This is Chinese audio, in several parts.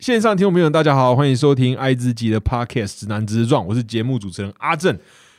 线上听众朋友们，大家好，欢迎收听《爱自己的 Podcast》直男直撞，我是节目主持人阿正。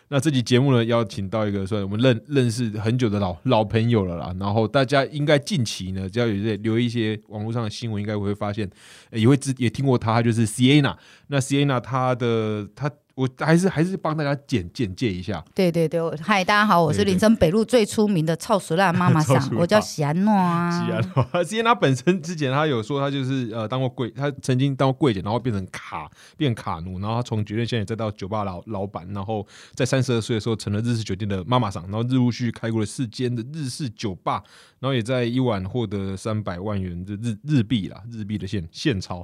那这期节目呢，邀请到一个算我们认认识很久的老老朋友了啦。然后大家应该近期呢，只要有在留意一些网络上的新闻，应该会发现，呃也会知也听过他，他就是 Sienna。那 Sienna 她的她，我还是还是帮大家简简介一下。对对对，我嗨，大家好，我是对对林森北路最出名的臭熟辣妈 妈臭桑熟，辣我叫喜安诺啊。 西安的话，西安他本身之前他有说他就是呃当过柜，他曾经当过柜姐，然后变成卡变卡奴，然后他从绝对现在再到酒吧老老板，然后在三十二岁的时候成了日式酒店的妈妈桑，然后日陆续开过了四间的日式酒吧，然后也在一晚获得三百万元的日日币啦，日币的现现钞，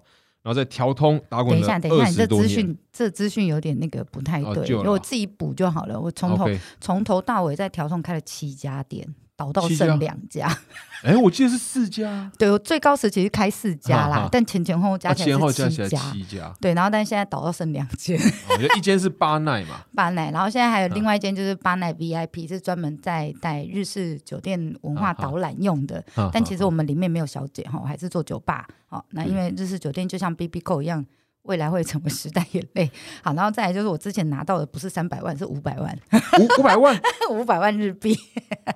然后在调通打等滚一了下，等一二下，你十这多资年。讯这资讯有点那个不太哦对，旧了我自己补就好了。我从头 OK，从头到尾在调控开了七家店，倒到七家剩两家。哎、我记得是四家，对我最高时期是开四家哈哈啦，但前前后后加啊起前后来加是起来七家。七家，对，然后但现在倒到剩两间哦就一间是巴奈嘛，巴奈，然后现在还有另外一间就是巴奈 VIP，是专门在带日式酒店文化啊哈导览用的。 但其实我们里面没有小姐哈，我还是做酒吧。好，那因嗯为日式酒店就像 B B 扣一样，未来会成为时代眼泪。好，然后再来就是我之前拿到的不是三百万，是五百万， 五五百万，五百万日币，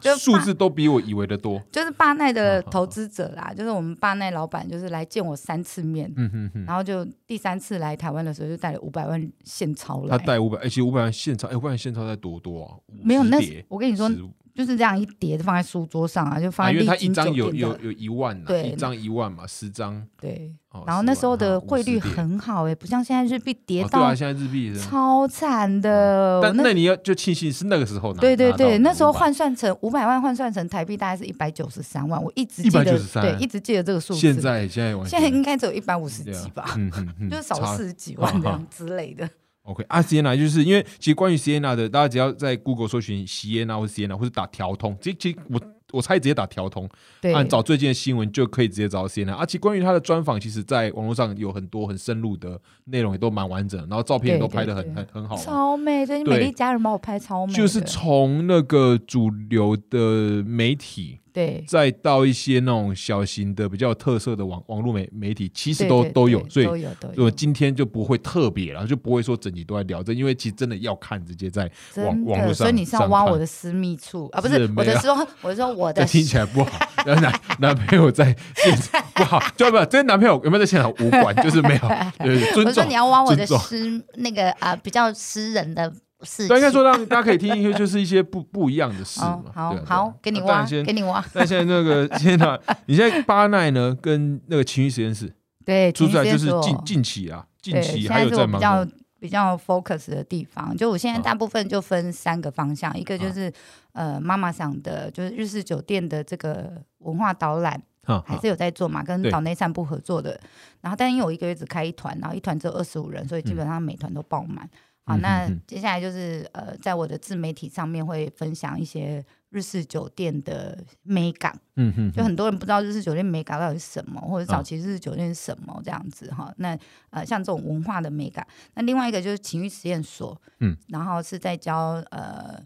就数怕字都比我以为的多。就是巴奈的投资者啦，就是我们巴奈老板，就是来见我三次面，嗯哼哼，然后就第三次来台湾的时候就带了五百万现钞他来。带五百，而且五百万现钞，哎，五百万现钞才多多啊？没有，那50叠我跟你说， 15就是这样一叠放在书桌上啊，就放啊，在因为丽他一晶酒张有店有的。有一万呐，对一张一万嘛，十张。对，哦然后那时候的汇率， 10万啊很好哎，不像现在日币50叠跌哦对到啊，现在日币也是。超惨的。我嗯但那那你要就庆幸是那个时候拿，对对对，那时候换换算成五百万换算成台币大概是一百九十三万，我一直记得193对，一直记得这个数字。现在现在完现全在应该只有一百五十几吧，嗯 哼哼，就是少差啊四十几万这样之类的。 OK，啊，Sienna 就是因为其实关于 Sienna 的，大家只要在 Google 搜寻 Sienna 或 Sienna，或是打调通，其实其实我我猜直接打调通，对，按啊找最近的新闻就可以直接找到 CNN。而且关于他的专访，其实在网络上有很多很深入的内容，也都蛮完整的，然后照片也都对对拍的很对很很好玩。超美，最近对美丽佳人把我拍超美的，就是从那个主流的媒体，对再到一些那种小型的、比较有特色的网网络媒媒体，其实都对对都有。对所以都有都我有，今天就不会特别了，就不会说整集都在聊这，因为其实真的要看，直接 在网真网络上的。所以你是要挖上看我的私密处啊？不是是没我的有说，我说 我这的听起来不好。然后男男朋友在现场不好，就不这男朋友有没有在现场无关，就是没有， 就是尊我说重你。要挖我的尊重私那个啊比较私人的事对，情应。该说让大家可以听一些就是一些不不一样的事嘛哦。，好对啊好，给你那当挖，然先给你挖。但现在那个 现在你现在巴奈呢，跟那个情绪实验室对，出请来就先是说近近期啊，近哦对，期现还在有是我在比忙较吗。比较 focus 的地方，就我现在啊大部分就分三个方向，一个就啊是、呃妈妈桑的，就是日式酒店的这个文化导览，哈还哈是有在做嘛，跟对岛内散步合作的。然后，但因为我一个月只开一团，然后一团只有二十五人，所以基本上每团都爆满。好，嗯那嗯嗯接下来就是呃，在我的自媒体上面会分享一些日式酒店的美感，嗯啊哼，就很多人不知道日式酒店美感到底是什么，或者早期日式酒店是什么这样子哈。那呃，像这种文化的美感，那另外一个就是情欲实验所，嗯，然后是在教呃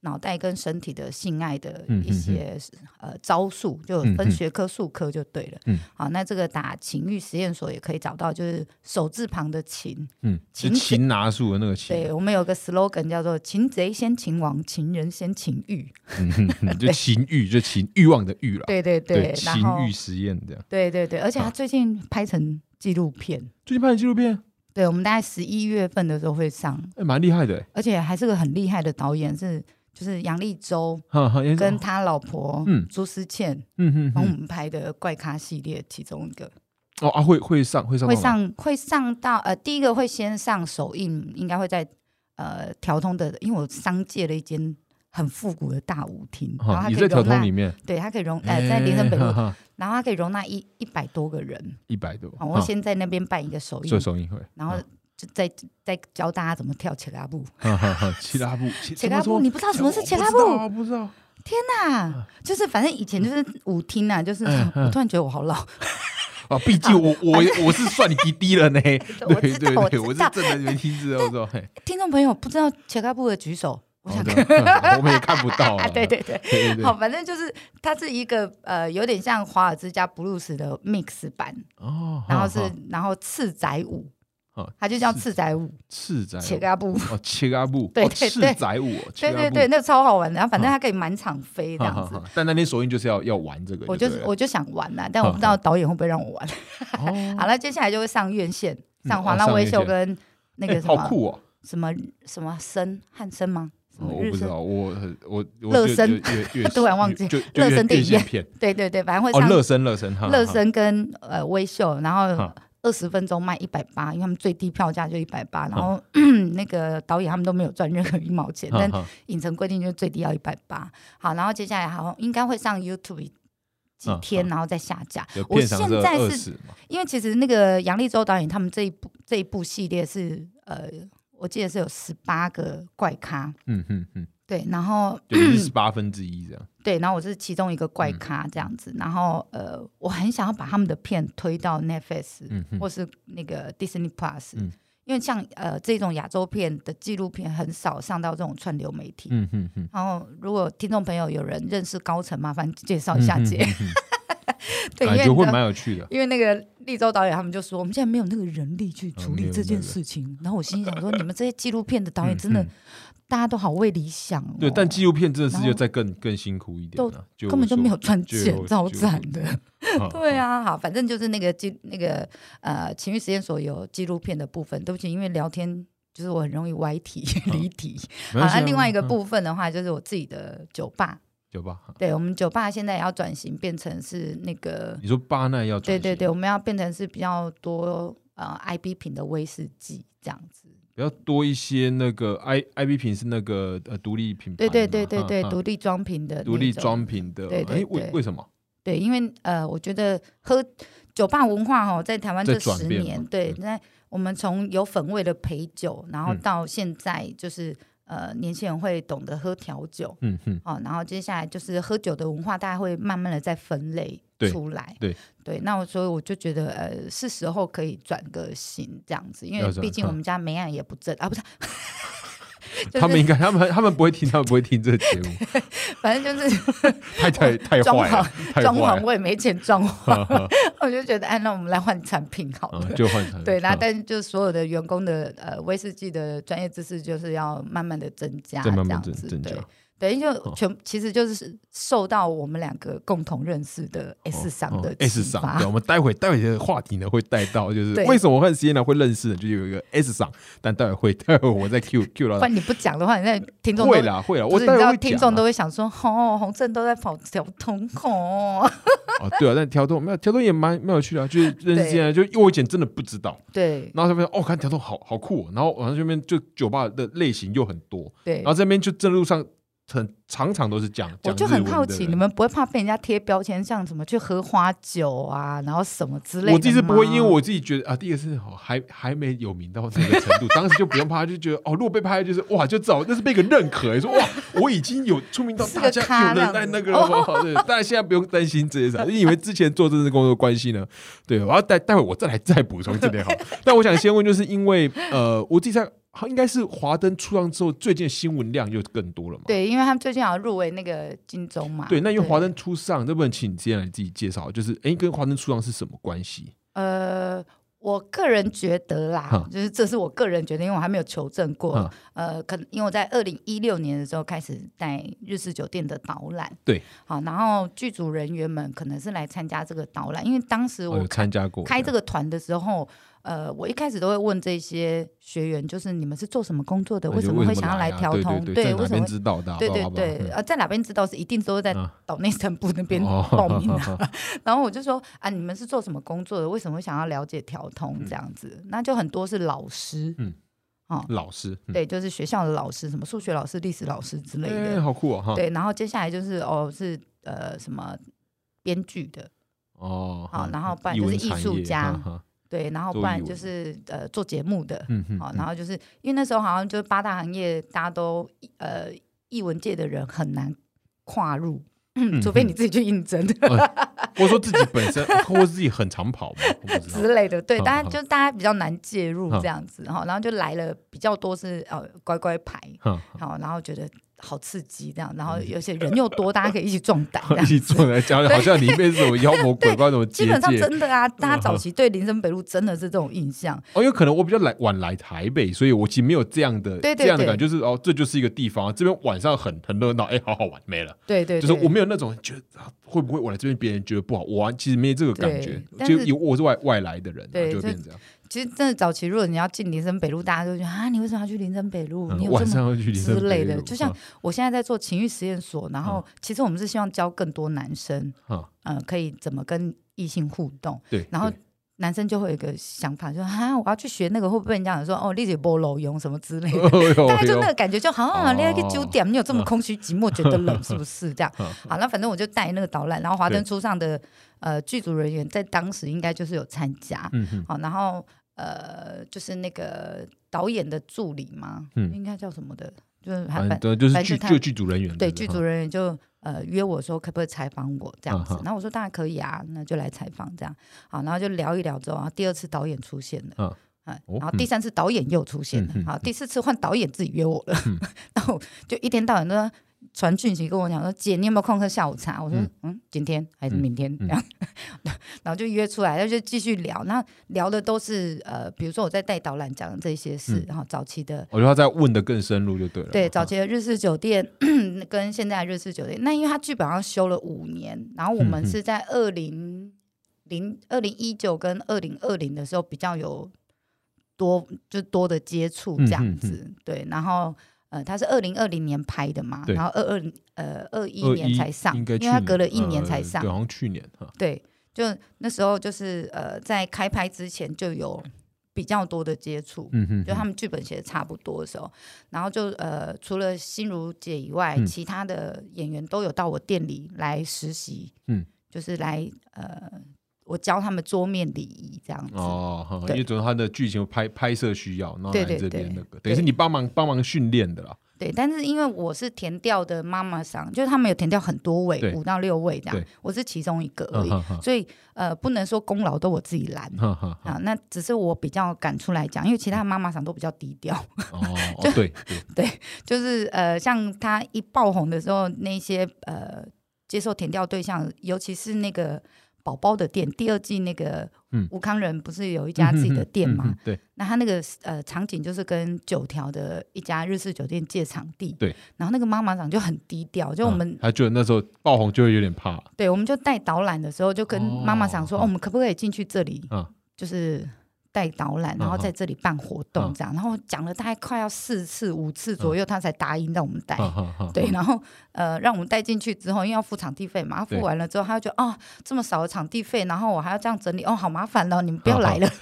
脑袋跟身体的性爱的嗯嗯一些、呃招数，就嗯分嗯学科数科就对了。嗯，好，那这个打情欲实验所也可以找到，就是手字旁的情，嗯，就情节擒拿术的那个擒，对我们有个 slogan 叫做“擒贼先擒王，擒人先擒欲嗯哼 哼就情欲，就情欲望的欲”。啦。对对然后啊情欲实验这样。对对对，而且他啊最近拍成纪录片。最近拍的纪录片，对，我们大概十一月份的时候会上，哎，蛮厉害的，哎而且还是个很厉害的导演，是就是杨立洲哈哈，也是哦跟他老婆嗯朱思倩嗯哼帮我哼，们拍的怪咖系列其中一个，哦啊，会会上会上会到哪上会上到呃第一个会先上首映，应该会在呃调通的，因为我商借了一间很复古的大舞厅，然后哈，它哦你可以在条容通纳里，面，哎对，它可以容呃在林森 北路，哈，然后它可以容纳一一百多个人，一百多，好我会先在那边办一个首哦做映，首映会，然后嗯就再再教大家怎么跳切啊拉布。哈哈 哈，切 拉布，切切拉布，你不知道什么是切拉？怎么说不布？知道，嗯那就是反正以前就是舞厅啊，就是我突然觉得我好老，不知道啊，毕竟 我我我是算你低低了呢，对我知对道，我对，我知是道。真的没听知道，我说嘿，听众朋友不知道切拉布的举手， 我想。看， 我们也看不到啊 对对对，哦对对对好，反正就是它是一个呃，有点像华尔兹加布鲁斯的 mix 版，哦， 然后好是好然后次宅舞哦，它就叫次次宅舞，赤仔切嘎布，哦，切嘎布，对哦对赤对仔舞哦，对切对嘎布对，，那个超好玩的。然后反嗯正它可以满场 飞这哈样哈子，哈但那天首映就是要要玩这个，我就就是我就想玩啊啦，但我不知哦道导演会不会让我玩。好了，接下来就会上院线，嗯上哦华纳上威院秀线跟 那那个什好么酷哦，什么什么生汉生吗？什哦么我日不知生？道，我很我我乐就声就越越 突然忘记就乐声电电影线片对对对，反正会哦，上乐声乐声哈，乐哈生跟呃微秀，然后哈二十分钟卖一百八，因为他们最低票价就一百八，然后 那个导演他们都没有赚任何一毛钱，哈但哈影城规定就是最低要一百八。好，然后接下来好像应该会上 YouTube 几嗯天，嗯然后再下架。有我片现长是在二是十嘛，因为其实那个杨立洲导演他们这一部这一部系列是呃，我记得是有十八个怪咖，嗯嗯嗯，对，然后就是十八分之一这样，对，然后我是其中一个怪嗯咖这样子，然后呃，我很想要把他们的片推到 Netflix、嗯嗯或是那个 Disney Plus，、嗯因为像呃这种亚洲片的纪录片很少上到这种串流媒体。嗯嗯嗯，然后，如果听众朋友有人认识高层，麻烦介绍一下姐。嗯，嗯嗯 对，因感为觉你会知道蛮有趣的。因为那个立州导演他们就说，我们现在没有那个人力去处哦没理有这那件个事情。然后我心里想说，你们这些纪录片的导演嗯真的，嗯大家都好为理想、哦。对，但纪录片真的是然又后再更更辛苦一点都了，根本就没有赚就钱有，超就惨的。有。 对啊，啊，好，反正就是那个记那个呃情欲实验所有纪录片的部分。对不起，因为聊天就是我很容易歪题 离题。没好，关系那啊另外一个嗯部分的话，就是我自己的酒吧。酒吧，哈对我们酒吧现在也要转型，变成是那个你说巴奈要对转对型啊对，我们要变成是比较多呃 IB 品的威士忌这样子。比较多一些那个 I I B 品是那个呃独立品牌对嘛，对对对哈对，哈独立装瓶的嗯独那立种装瓶的，对对哎为对为什么？对，因为呃，我觉得喝酒吧文化哦，在台湾在这转十变年嘛，对，嗯那我们从有粉味的陪酒，然后嗯到现在就是、呃，年轻人会懂得喝调酒。嗯哼，哦，然后接下来就是喝酒的文化，大家会慢慢的在分类对出来。对对，那我所以我就觉得，呃，是时候可以转个型这样子，因要为转毕竟我嗯们家梅案也不正 啊，不是，就是他们应该，他们他们不会听，他们不会听这个节目， 反正就是太太太装坏了潢，太装坏潢了我也没钱装 潢，哈哈，我就觉得，哎，那我们来换产品好了。嗯就换成对，那哈但是就是所有的员工的呃威士忌的专业知识，就是要慢慢的增加，再慢这慢样增子，增加对。对，因为哦全、其实就是受到我们两个共同认识的 S 上的哦 S 启赏，发对，我们待会待会的话题呢会带到，就是对为什么我和 C N 会认识呢？就有一个 S 赏，但待会会待会我再 Q Q 到不他，然你不讲的话，你那听众都会啦会啦，不我是待你知会道会听讲众啊都会想说，哦，洪正都在跑调通哦。哦，对啊，但调动没有调动也蛮蛮有趣的、啊， 就是认识对现在就因为我以前真的不知道， 对然后这边哦，看调动好好酷、哦，然后晚上这边就酒吧的类型又很多，对然后，这边就正路上很常常都是讲，我讲就日文很好的奇，人你们不会怕被人家贴标签，像什么去喝花酒啊，然后什么之类的我自己是不会，因为吗我自己觉得啊，第一个是哦还还没有名到那个程度，当时就不用怕，就觉得哦， 如果被拍就是哇，就早那是被一个认可，说哇，我已经有出名到是大个家咖有人这在样那个了吗？ 对，但现在不用担心这些事，因为你们之前做政治工作的关系呢，对，我要待待会我再来再补充 这点好。但我想先问，就是因为呃，我自己在好应该是华灯初上之后，最近新闻量又更多了嘛？对，啊因为他们最近好像入围那个金钟嘛。对，那因为华灯初上，能不能请你接下来自己介绍？就是哎，跟华灯初上是什么关系？呃，我个人觉得啦哈，就是这是我个人觉得，因为我还没有求证过哈。呃，可能因为我在二零一六年的时候开始带日式酒店的导览，对，好，然后剧组人员们可能是来参加这个导览，因为当时我我哦有参加过开这哎个，个团的时候。呃，我一开始都会问这些学员，就是你们是做什么工作的？那为就什么会想要来来啊调对通？对，在为哪什么边？知道的啊？对叭对叭叭对，呃，在哪边知道是一定都是在嗯岛内三部那边哦报名 的。嗯然后我就说啊，你们是做什么工作的？为什么会想要了解调通嗯这样子？那就很多是老师，老 师，嗯，对，就是学校的老师，什么数学老师、历史老师之类哎的。好酷哦，哈，对，然后接下来就是哦，是呃什么编剧的，哦，好嗯然后不然艺就是文艺产术业家哈哈对，然后做不然译就文是呃做节目的，嗯嗯，好，嗯然后就是因为那时候好像就是八大行业，大家都呃嗯艺文界的人很难跨入，除非你自己去应征。或者说自己本身，或者自己很常跑嘛，我不知道 之类的，对，嗯大家嗯就大家比较难介入嗯这样子哈，然后就来了比较多是呃乖乖牌，哼好，然后觉得好刺激这样，然后而且人又多，大家可以一起壮 胆嗯这一样。起坐在家里，好像里面是什么妖魔鬼怪那种结基本上界。嗯真的啊，大家早期对林森北路真的是这种印象，哦，因为可能我比较来晚来台北，所以我其实没有这样的对这对样的对感觉，就是哦，这就是一个地方，这边晚上很很热闹，哎，好好玩，没了。对对就对，是我没有那种觉得啊会不会我来这边别人觉得不好，我玩其实没这个感觉对，但就是因为我是外外来的人、啊，对就会就变成这样。其实真的早期，如果你要进林森北路，大家就觉得啊，你为什么要去林森北路？嗯你有晚这么上要去林森之类北的路嗯就像我现在在做情欲实验所，然后其实我们是希望教更多男生，嗯嗯嗯、可以怎么跟异性互动。对， 然后对男生就会有一个想法，就说啊，我要去学那个，会不会人家讲说哦，丽姐波楼用什么之类的？哎呦 大概哎就呦那个感觉就，好哦像你要去九点，你有这么空虚寂寞，觉得 冷是不是这样？嗯 好，那反正我就带那个导览，然后华灯初上的呃剧组人员在当时应该就是有参加，哦嗯哼好，然后呃就是那个导演的助理嘛，嗯应该叫什么的，就是还反反正嗯对就是反剧正他就剧组人员对，不剧组人员就呃约我说可不可以采访我这样子嗯，哼然后我说当然可以啊，那就来采访这样，好，然后就聊一聊之后，然后第二次导演出现了，嗯嗯。哦然后第三次导演又出现了嗯嗯，嗯好，第四次换导演自己约我了， 然后就一天到晚都在传讯息跟我讲说：“姐，你有没有空喝下午茶？”我说嗯：“嗯，今天还是嗯明天？”嗯这样，然后就约出来，然后就继续聊。那聊的都是呃，比如说我在带导览讲的这些嗯事，然后早期的我觉得哦他在问的更深入就对了。对，嗯早期的日式酒店 跟现在的日式酒店，那因为它剧本上修了五年，然后我嗯们嗯是在二零零二零一九跟二零二零的时候比较有多就多的接触这嗯嗯样子，对，然后。呃，它是二零二零年拍的嘛，对然后二二呃二一21年才上，应因该为去它隔了一年呃才上对，，好像去年哈。对，就那时候就是呃在开拍之前就有比较多的接触，嗯哼，就他们剧本写的差不多的时候，然后就呃，除了心如姐以外，嗯其他的演员都有到我店里来实习，嗯，就是来呃，我教他们桌面礼仪这样子，哦，哈因对为主要他的剧情拍拍摄需要，然后来对对这边对那个，等于是对你帮忙帮忙训练的啦。对。但是因为我是填调的妈妈桑，就是他们有填调很多位对，五到六位这样对，我是其中一个而嗯已，哈哈所以呃，不能说功劳都我自己揽。哈哈哈啊，那只是我比较敢出来讲，因为其他的妈妈桑都比较低调，哦，哦对对，就是呃，像他一爆红的时候，那些呃接受填调对象，尤其是那个宝宝的店，第二季那个嗯吴康仁不是有一家自己的店嗯嘛？哼哼？对，那他那个呃场景就是跟九条的一家日式酒店借场地，对。然后那个妈妈长就很低调，就我们、嗯他就那时候爆红就会有点怕，对，我们就带导览的时候，就跟哦妈妈想说，嗯哦，我们可不可以进去这里？嗯就是带导览，嗯然后在这里办活嗯动这样。然后讲了大概快要四次、五次左啊右，他才答应让我们带。哈哈哈。对，然后呃，让我们带进去之后，因为要付场地费嘛，他对付完了之后，他就觉得哦，这么少的场地费，然后我还要这样整理，哦，好麻烦哦，你们不要来了。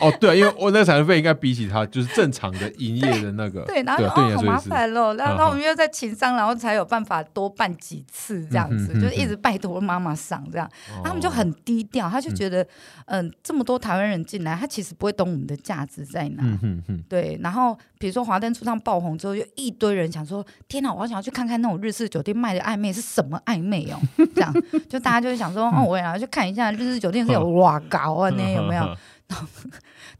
哦，对，因为我那产费应该比起他就是正常的营业的那个， 对，然后对就啊对你来说哦，好麻也是，烦哦，嗯然后然后我们又在情商，然后才有办法多办几次这样子，嗯嗯嗯就是一直拜托妈妈上这样。哦他们就很低调，他就觉得，嗯、这么多台湾人进来，他其实不会懂我们的价值在哪。嗯哼哼，？”对，然后比如说《华灯初上》爆红之后，就一堆人想说：“天哪，我好想要去看看那种日式酒店卖的暧昧是什么暧昧哦。”这样，就大家就会想说：“哦，我也要去看一下日式酒店是有哇搞啊那有没有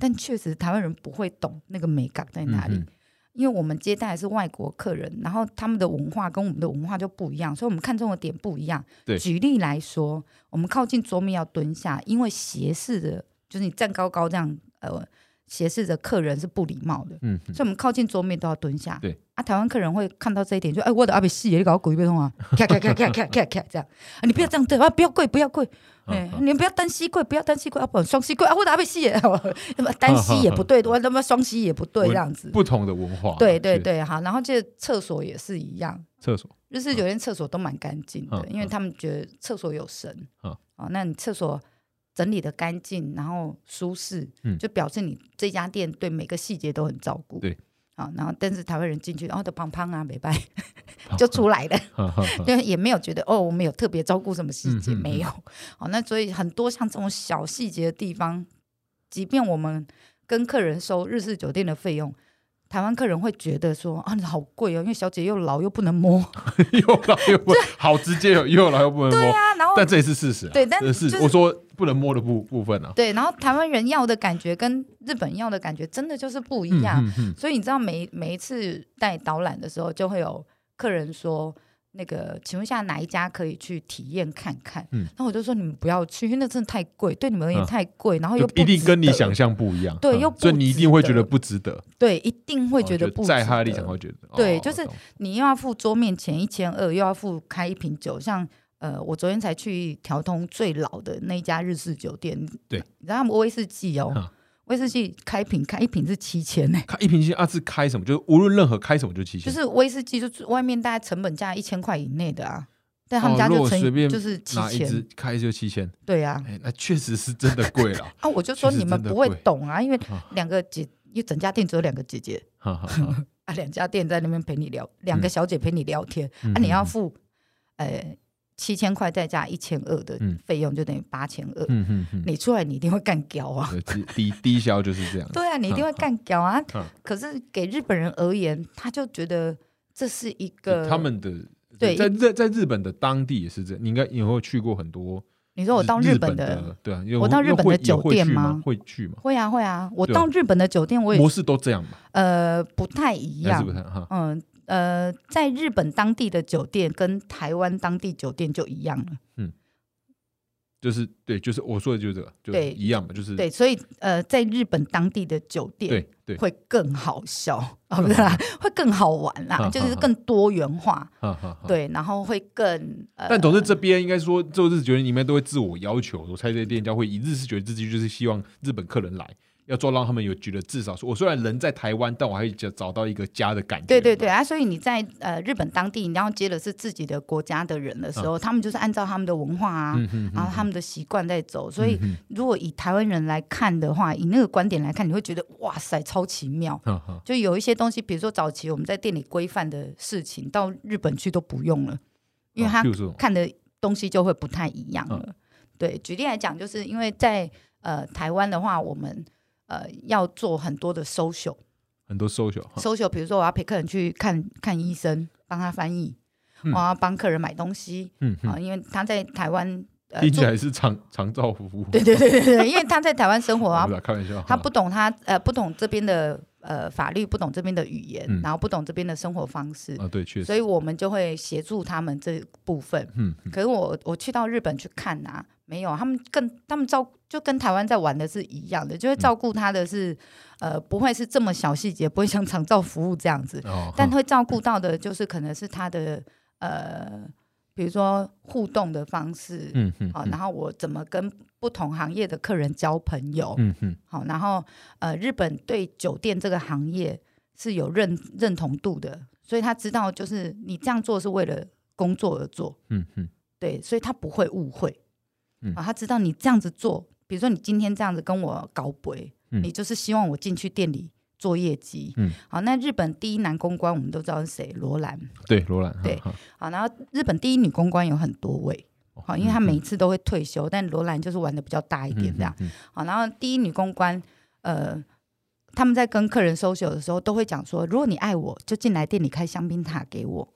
但确实台湾人不会懂那个美感在哪里，嗯因为我们接待的是外国客人，然后他们的文化跟我们的文化就不一样，所以我们看中的点不一样。对举例来说，我们靠近桌面要蹲下，因为斜视的，就是你站高高这样，呃，斜视着客人是不礼貌的，嗯哼所以我们靠近桌面都要蹲下。对啊，台湾客人会看到这一点，就哎，我的阿比戏也搞鬼被动啊，咔咔咔咔咔咔咔这样，啊，你不要这样对啊，不要跪，不要跪，哎嗯，嗯你们不要单膝跪，不要单膝跪，啊，不双膝跪啊，我的阿比戏也，单膝也不对，我他妈双膝也不对，这样子。不同的文化，对对是，对，好，然后这厕所也是一样，厕所，日式酒店厕所都蛮干净的，嗯因为嗯他们觉得厕所有神。嗯哦，那你厕所整理的干净，然后舒适，嗯就表示你这家店对每个细节都很照顾。对。好，然后但是台湾人进去，哦，的胖胖啊，没拜哦 就出来了， 哈哈哈就也没有觉得哦，我们有特别照顾什么细节，嗯哼没有。哦，那所以很多像这种小细节的地方，即便我们跟客人收日式酒店的费用，台湾客人会觉得说啊，你好贵哦，因为小姐又老又不能摸， 又老又不好直接有又老又不能对摸，啊，然后但这也是事实啊。对但这是就是我说不能摸的部部分啊。对，然后台湾人要的感觉跟日本要的感觉真的就是不一样。嗯嗯所以你知道每每一次带导览的时候，就会有客人说。那个，请问一下哪一家可以去体验看看？嗯然后我就说你们不要去，因为那真的太贵，对你们而言嗯太贵，然后嗯又就一定跟你不值得想象不一样，对嗯又不所以你一定会觉得不值得，对，一定会哦觉得就不在值他的立得场会觉得，对哦就是懂你又要付桌面钱一千二，又要付开一瓶酒，像呃，我昨天才去调通最老的那一家日式酒店，对嗯你知道他们威士忌哦，哈威士忌开瓶开一瓶是七千呢，开一瓶新啊是开什么，就是无论任何开什么就七就千，是威士忌就是外面大概成本价一千块以内的啊，但他们哦家如就果乘以、随便就是七拿一支千，开就七千，对啊，，哎，那确实是真的贵了 啊，我就说确实你们真的不会贵懂啊，因为啊两个姐，因为整家店只有两个姐姐哈哈哈啊，两家店在那边陪你聊，两个嗯小姐陪你聊天，嗯啊，你要付呃七千块再加一千二的嗯费用，就等于八千二。嗯嗯嗯你出来，你一定会干掉啊！对，低低低消就是这样。对啊，你一定会干掉啊！嗯可是给日本人而言，他就觉得这是一个他们的对在在在日本的当地也是这样。你应该以后去过很多你说我到日本的的，对啊，有我到日本的会也酒会店去吗吗？会去吗？会啊会啊，我对到日本的酒店我也模式都这样嘛，呃不太一还是样不，太哈。嗯呃，在日本当地的酒店跟台湾当地酒店就一样了。就是对，就是我说的就是这个，就对是一样嘛，就是对，所以呃，在日本当地的酒店对对，嗯会更好笑 啊，不是啦，会更好玩啦，哈就是哈哈更多元化，哈哈哈。对，然后会更嗯呃，但总之，这边应该说，就是觉得你们都会自我要求。我猜这些店家会以日式觉得自己就是希望日本客人来，要做让他们有觉得至少说，我虽然人在台湾，但我还找找到一个家的感觉。对对对啊，所以你在呃日本当地，你要接的是自己的国家的人的时候，他们就是按照他们的文化啊，嗯哼，嗯然后他们的习惯在走，所以嗯如果以台湾人来看的话，以那个观点来看，你会觉得哇塞，超奇妙。哼，哈哈就有一些东西，比如说早期我们在店里规范的事情，到日本去都不用了，因为哦他譬如说看的东西就会不太一样嗯了。对，举例来讲，就是因为在呃台湾的话，我们呃要做很多的 social 很多 social 哈 social，比如说我要陪客人去看看医生，帮他翻译，嗯我要帮客人买东西嗯啊、哼，因为他在台湾呃听起住来是长长照服务。对对对对对，因为他在台湾生活我啊不，嗯打开玩笑，他不懂他呃不懂这边的呃法律，不懂这边的语言，嗯然后不懂这边的生活方式，啊，对，确实，所以我们就会协助他们这部分。嗯，嗯可是我我去到日本去看啊，没有，他们更他们照就跟台湾在玩的是一样的，就是照顾他的是、呃不会是这么小细节，不会像长照服务这样子，哦，但哈会照顾到的就是可能是他的呃，比如说互动的方式。嗯嗯，好，嗯然后我怎么跟不同行业的客人交朋友？嗯嗯，好，然后呃，日本对酒店这个行业是有认认同度的，所以他知道就是你这样做是为了工作而做，嗯嗯对，所以他不会误会，嗯啊，他知道你这样子做，比如说你今天这样子跟我搞鬼，嗯你就是希望我进去店里做业绩，嗯，好，那日本第一男公关我们都知道是谁，罗兰，对，罗兰，哈对，哈好，然后日本第一女公关有很多位，哦好，因为她每一次都会退休，但罗兰就是玩的比较大一点这样，，嗯嗯嗯嗯好，哦然后第一女公关，呃，他们在跟客人 social 的时候，都会讲说，如果你爱我，就进来店里开香槟塔给我。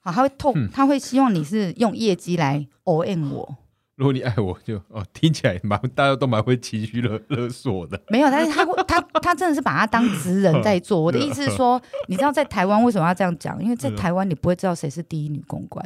好，他会透，嗯他会希望你是用业绩来 O N 我，如果你爱我就哦，听起来蛮大家都蛮会情绪勒勒索的，没有，但是 他会他他真的是把他当职嗯人在做。我的啊意思是说，你知道在台湾为什么要这样讲？因为在嗯台湾你不会知道谁是第一女公关，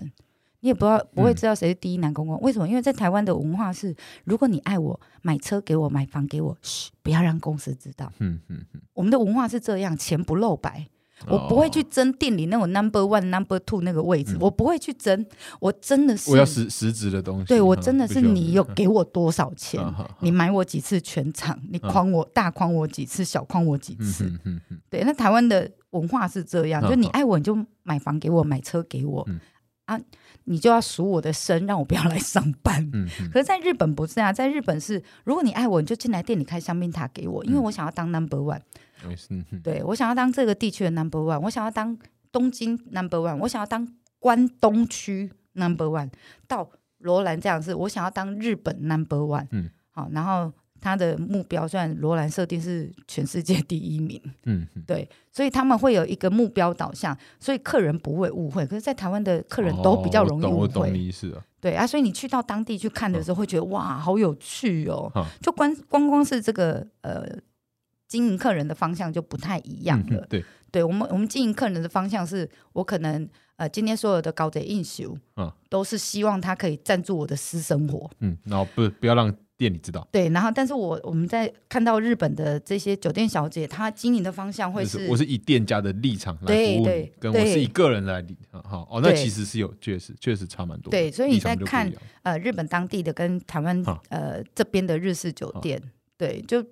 你也不要嗯不会知道谁是第一男公关。为什么？因为在台湾的文化是，如果你爱我，买车给我，买房给我，嘘，不要让公司知道。嗯嗯嗯，我们的文化是这样，钱不露白。我不会去哦，争店里那种 number one、number two 那个位置，嗯我不会去争。我真的是，我要实实质的东西，对我哈真的不是需要嗯你有给我多少钱，啊哈哈你买我几次全场，你框我、大框我几次，小框我几嗯次。嗯嗯嗯，对，那台湾的文化是这样，啊就你哈爱我你就买房给我，买车给我，嗯啊，你就要数我的身，让我不要来上班。嗯嗯可是，在日本不是啊，在日本是，如果你爱我，你就进来店里开香槟塔给我，因为嗯我想要当 number one。没事嗯嗯对我想要当这个地区的 number one，我想要当东京 number one，我想要当关东区 number one，到罗兰这样是，我想要当日本 number one，嗯好，然后他的目标虽然罗兰设定是全世界第一名，嗯，嗯对，所以他们会有一个目标导向，所以客人不会误会。可是，在台湾的客人都比较容易哦误我懂我懂会，你意思了。对啊，所以你去到当地去看的时候，会觉得哇，好有趣哦嗯！就光光光是这个呃，经营客人的方向就不太一样嗯了嗯。对，对我们，我们经营客人的方向是，我可能呃，今天所有的高级应酬，嗯都是希望他可以赞助我的私生活，嗯，然后不不要让店里知道，对。然后，但是我我们在看到日本的这些酒店小姐，她经营的方向会，就是是我是以店家的立场来对服务你对，跟我对是以个人来理啊好哦，那对其实是有确实确实差蛮多的，对所以你立场在就不看一样呃日本当地的跟台湾、啊呃这边的日式酒店，对，就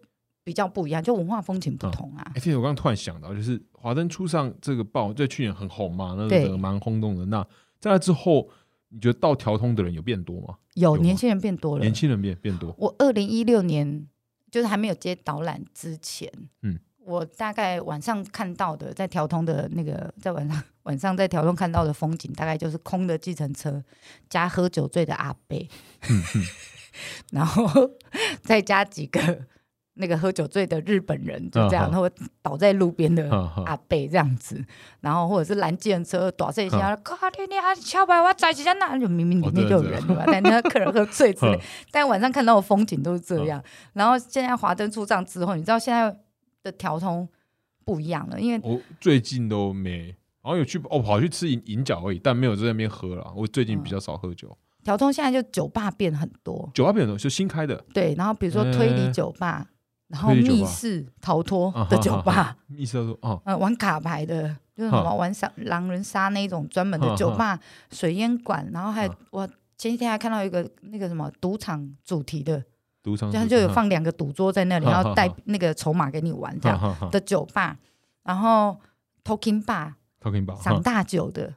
比较不一样，就文化风情不啊同啊。哎，其实我刚刚突然想到，就是《华灯初上》这个报，在去年很红嘛，那对个蛮轰动的。那在那之后，你觉得到调通的人有变多吗？有有年吗轻人变多了年，轻人变变多，我二零一六年就是还没有接导览之前，嗯嗯，我大概晚上看到的，在调通的那个，在晚上晚上在调通看到的风景，大概就是空的计程车加喝酒醉的阿伯，嗯 然后再加几个那个喝酒醉的日本人，就这嗯样，嗯嗯然后倒在路边的哈哈阿伯这样子，然后或者是拦计程车，打这一下，嗯靠你你还小白，我载起在那，就明明哦里面就有人了嘛，但那个客人喝醉之类啊嗯，但晚上看到的风景都是这样。然后现在华灯初上之后，你知道现在的调通不一样了，因为我最近都没，好像有去哦，跑去吃饮饮酒而已，但没有在那边喝了。我最近比嗯较少喝酒，调通现在就酒吧变很多，酒吧变多，就新开的对，然后比如说推理酒吧，然后嗯推理酒吧密室逃脱的酒啊哈吧，意思说哦，呃，玩卡牌的，就是什么玩杀狼人杀那一种专门的酒吧、水烟馆，然后还有啊我前几天还看到一个那个什么赌场主题的，赌场就它就有放两个赌桌在那嗯里，哈然后带哈哈那个筹码给你玩哈这样哈哈的酒吧，然后 talking bar ，talking bar，赏哈大酒的，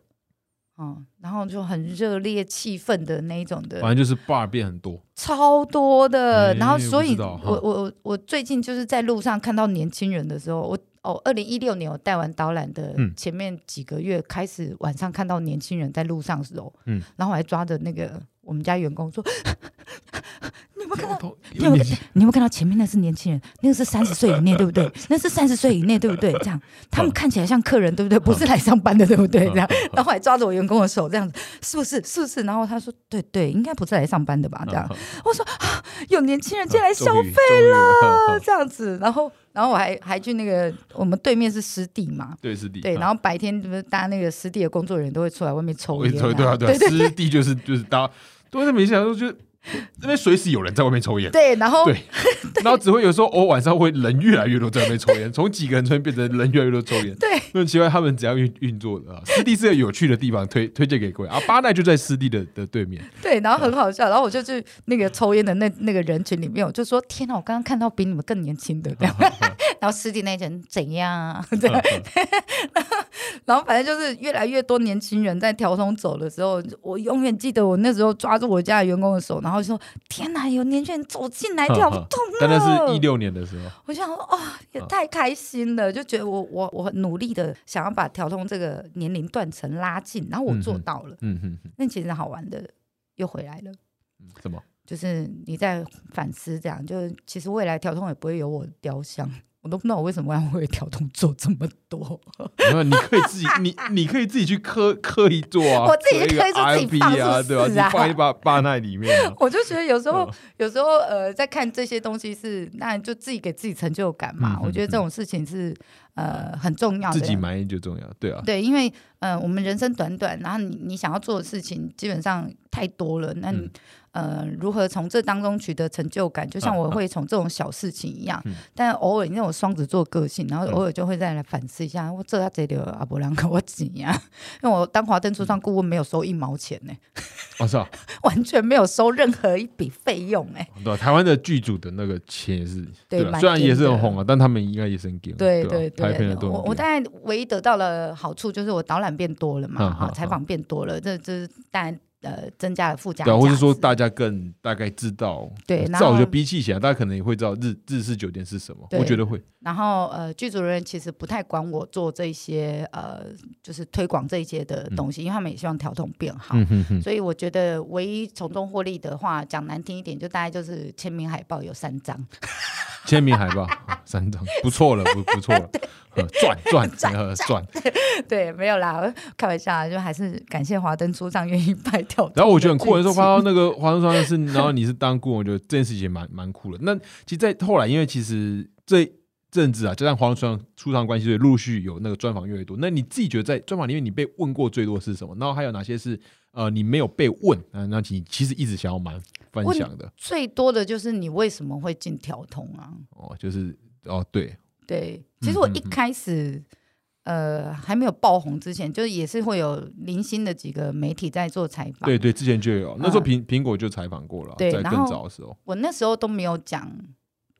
嗯，然后就很热烈气氛的那一种的，反正就是 bar 变很多，超多的。哎然后，所我以知道我哈我我我最近就是在路上看到年轻人的时候，我哦，二零一六年我带完导览的嗯前面几个月开始，晚上看到年轻人在路上的时候，嗯然后我还抓着那个我们家员工说，同 你有没有看你有没有看到前面那是年轻人，那个是三十岁以内，对不对？那是三十岁以内，对不对？这样，他们看起来像客人，对不对？不是来上班的，对不对？嗯这样，然后还抓着我员工的手，这样子，是不是？是不是？然后他说，对对，应该不是来上班的吧？这样，嗯我说啊，有年轻人进来消费了这样子，然后，然后我还还去那个我们对面是湿地嘛，对，是地，对，然后。后白天不是大家那个湿地的工作人员都会出来外面抽我烟、对对啊，对啊，湿地就是就是大家都在没想到，就是那边随时有人在外面抽烟，对，然后 对然后只会有时候偶尔晚上会人越来越多在那边抽烟，从几个人抽烟变成人越来越多抽烟。对，很奇怪，他们只要运运作的啊，湿地是个有趣的地方，推推荐给各位啊。巴奈就在湿地的的对面， 对，然后很好笑，然后我就去那个抽烟的那那个人群里面，我就说：“天哪，我刚刚看到比你们更年轻的。” 这样，然后尸体那一群怎样 啊？对，然后然后反正就是越来越多年轻人在调通走的时候，我永远记得我那时候抓住我家的员工的手，然后说：“天哪，有年轻人走进来，跳不动了。”但那哦是一六年的时候，我想说，哦，也太开心了，就觉得我我我很努力的想要把调通这个年龄断层拉近，然后我做到了，嗯哼哼，那其实好玩的又回来了。嗯什么？就是你在反思，这样就是其实未来调通也不会有我的雕像，我都不知道我为什么要为调通做这么多， 没有，你可以自己，你你可以自己去刻刻意做啊，我自己去刻一个刻意做自己放 RB 啊，是不是对吧？你啊放一把巴奈里 面啊，我就觉得有时候嗯有时候呃，在看这些东西是，那就自己给自己成就感嘛。嗯嗯我觉得这种事情是呃很重要的，自己满意就重要，对啊，对，因为呃，我们人生短短，然后你你想要做的事情基本上太多了，那你、嗯呃，如何从这当中取得成就感？就像啊我啊会从这种小事情一样，嗯但偶尔你那种双子座个性，然后偶尔就会再来反思一下，我这这流阿伯兰跟我怎样？ 因为我当华灯嗯初上顾问没有收一毛钱呢、 哦是啊，完全没有收任何一笔费用哎、对啊，台湾的剧组的那个钱也是，对对啊，蛮虽然也是很尖的红啊，但他们应该也是很给，对对对啊拍片的都很我我给大概唯一得到了好处就是我导览变多了嘛，嗯哈、嗯采访变多了，这这是当然呃增加了附加价对值，啊，或是说大家更大概知道，呃对至然少我觉得后比起起来，大家可能也会知道日日式酒店是什么，对我觉得会，然后呃，剧组人员其实不太管我做这些呃，就是推广这一些的东西，因为他们也希望调通变好。嗯哼哼，所以我觉得唯一从中获利的话，讲难听一点，就大概就是签名海报有三张，签名海报 哦三张，不错了，不不错 了，呃赚赚赚呃赚。 对，没有啦，开玩笑啦，就还是感谢华灯初上愿意拍跳。然后我觉得很 酷，那时候说发到那个华盛顿是，然后你是当顾问，我觉得这件事情也蛮蛮酷的。那其实，在后来，因为其实这阵子啊，加上华盛顿出场关系，所以陆续有那个专访越来越多。那你自己觉得在专访里面，你被问过最多是什么？然后还有哪些是呃你没有被问啊？那你其实一直想要蛮分享的最多的就是你为什么会进调通啊？哦，就是哦对，对，其实我嗯一嗯嗯开始、呃还没有爆红之前，就是也是会有零星的几个媒体在做采访，对对，之前就有那时候苹苹果就采访过了，嗯对在然更后早的时候，我那时候都没有讲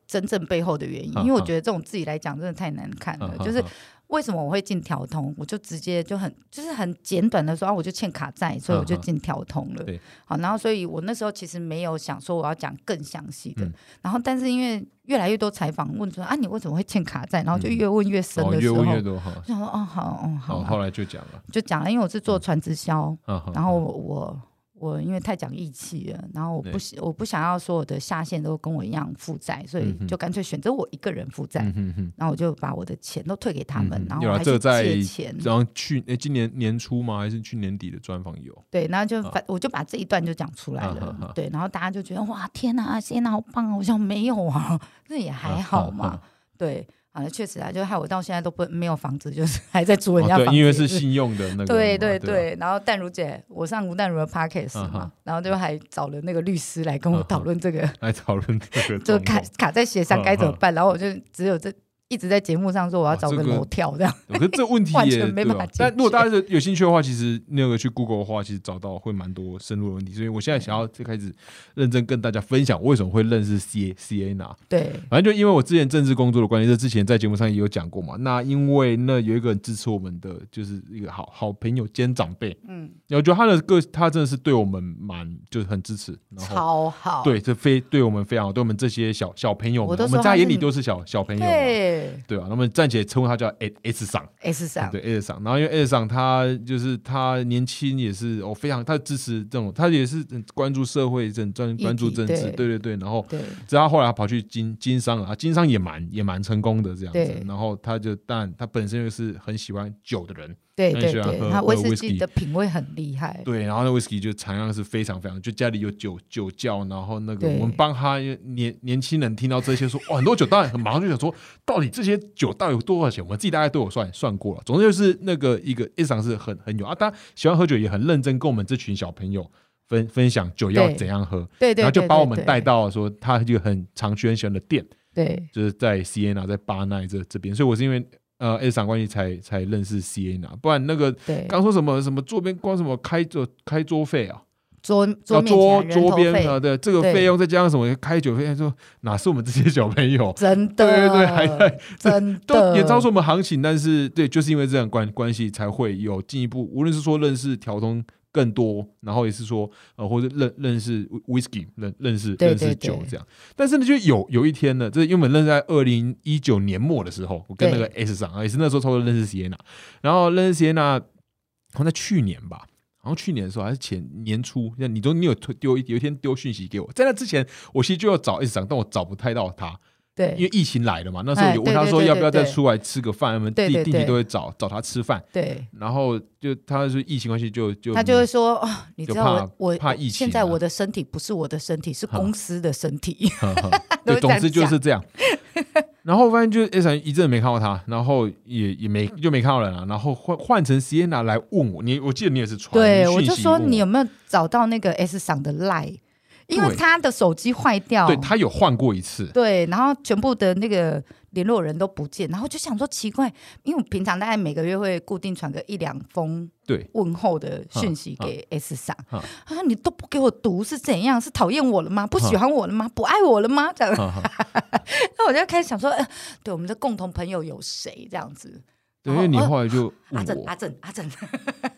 真正背后的原因，嗯因为我嗯觉得这种自己来讲真的太难看了。嗯呃就是嗯嗯为什么我会进调通，我就直接就很就是很简短的说啊，我就欠卡债，所以我就进调通了。嗯对好，然后所以我那时候其实没有想说我要讲更详细的，嗯然后但是因为越来越多采访问说啊，你为什么会欠卡债，然后就越问越深哦的越时候，问越多哈我，想说哦好哦好好啦后来就讲了，就讲了，因为我是做传直销。嗯嗯然后我我我因为太讲义气了，然后我对不喜我不想要说我的下线都跟我一样负债，所以嗯哼就干脆选择我一个人负债。嗯哼哼。然后我就把我的钱都退给他们，嗯哼然后有我啦还这去个在借钱，然后去诶，今年年初吗？还是去年底的专访有？对，然后就啊反、我就把这一段就讲出来了，啊啊啊对，然后大家就觉得哇天哪，谢娜好棒啊！我想没有啊，那也还好嘛，啊啊对，啊确实啊，就害我到现在都不没有房子，就是还在租人家哦房子，对，因为是也信用的那个嘛，对对对啊吧，对，然后淡如姐，我上吴淡如的 podcast 嗯嘛哼，然后就还找了那个律师来跟我讨论这个，来讨论 这个就状卡况。卡在协嗯商该怎么办，然后我就只有这一直在节目上说我要找哇个哦这个楼跳这样，我觉得这问题 完也全没对办法啊解但如果决大家有有兴趣的话，其实那个去 Google 的话，其实找到会蛮多深入的问题。所以我现在想要就开始认真跟大家分享，为什么会认识 CA CA 呢？对反正就因为我之前政治工作的关系，这之前在节目上也有讲过嘛。那因为那有一个很支持我们的，就是一个好好朋友兼长辈，嗯，我觉得他的个他真的是对我们蛮就是很支持，然后超好，对这非对我们非常好，对我们这些小小朋友们，我都我说们在他眼是里都是小小朋友嘛，对对啊，那么暂且称呼他叫 S S 上， S 上对 S 上，然后因为 S 上他就是他年轻也是哦非常，他支持这种，他也是很关注社会政专议关注题政治，对对对对，然后。对只要后来他跑去经经商了，他啊经商也蛮也蛮成功的这样子对。然后他就，但他本身又是很喜欢酒的人，对那你对喜欢喝对，他喝威士 whisky 忌的品味很厉害，对。然后那 whisky 就产量是非常非常，就家里有酒酒窖，然后那个对我们帮他因为年年轻人听到这些说，哇，很多酒，当然马上就想说，到底这些酒到底有多少钱？我们自己大概都有算算过了。总之就是那个一个一场是很很有啊，当然喜欢喝酒也很认真，跟我们这群小朋友分分享酒要对怎样喝，对对，然后就对把对我们对带到说他就很常去很喜欢的店。对就是在 Siena 在巴奈这这边，所以我是因为呃 S 厂关系才才认识 Siena，不然那个对，刚说什么什么桌边光什么开桌开桌费啊，桌啊桌面桌前人桌头边费啊，对这个对费用再加上什么开酒费，说哪是我们这些小朋友，真 对的对对，还在真都的也超出我们行情，但是对，就是因为这样关关系才会有进一步，无论是说认识调通更多，然后也是说呃，或者认认识 whisky 认认识对认识对酒对这样。但是呢，就有有一天呢，这因为我们认识在二零一九年末的时候，我跟那对个 S 上啊，也是那时候差不多认识 Sienna，然后认识 Sienna 好像在去年吧。好像去年的时候还是前年初，那你都你有推丢有一天丢讯息给我，在那之前我其实就要找 S 上，但我找不太到他，因对为疫情来了嘛，那时候哎有问对他对说对要不要再对出来吃个饭，我们对定对定期对都会找找他吃饭，对。然后就他说疫情关系就就嗯他就会说：“哦，你就知道怕我我怕疫情现在啊 我的身体不是我的身体，是哈公司的身体。 呵呵对，都会这总样之就是这样。 然后我发现就是 S 一阵没看到他，然后也也没就没看到人啊了，然后换换成 Sienna 来问我，你我记得你也是传对，讯我息就说问我你有没有找到那个 S 赏的 line？因对为他的手机坏掉，对他有换过一次，对然后全部的那个联络人都不见，然后就想说奇怪，因为我平常大概每个月会固定传个一两封对问候的讯息嗯嗯给 S 赏，嗯他说你都不给我读是怎样？是讨厌我了吗？不喜欢我了吗？不爱我了吗？这样，呵呵 那我就开始想说，呃，对我们的共同朋友有谁这样子？对，因为你哦后来就阿问正我阿正阿正，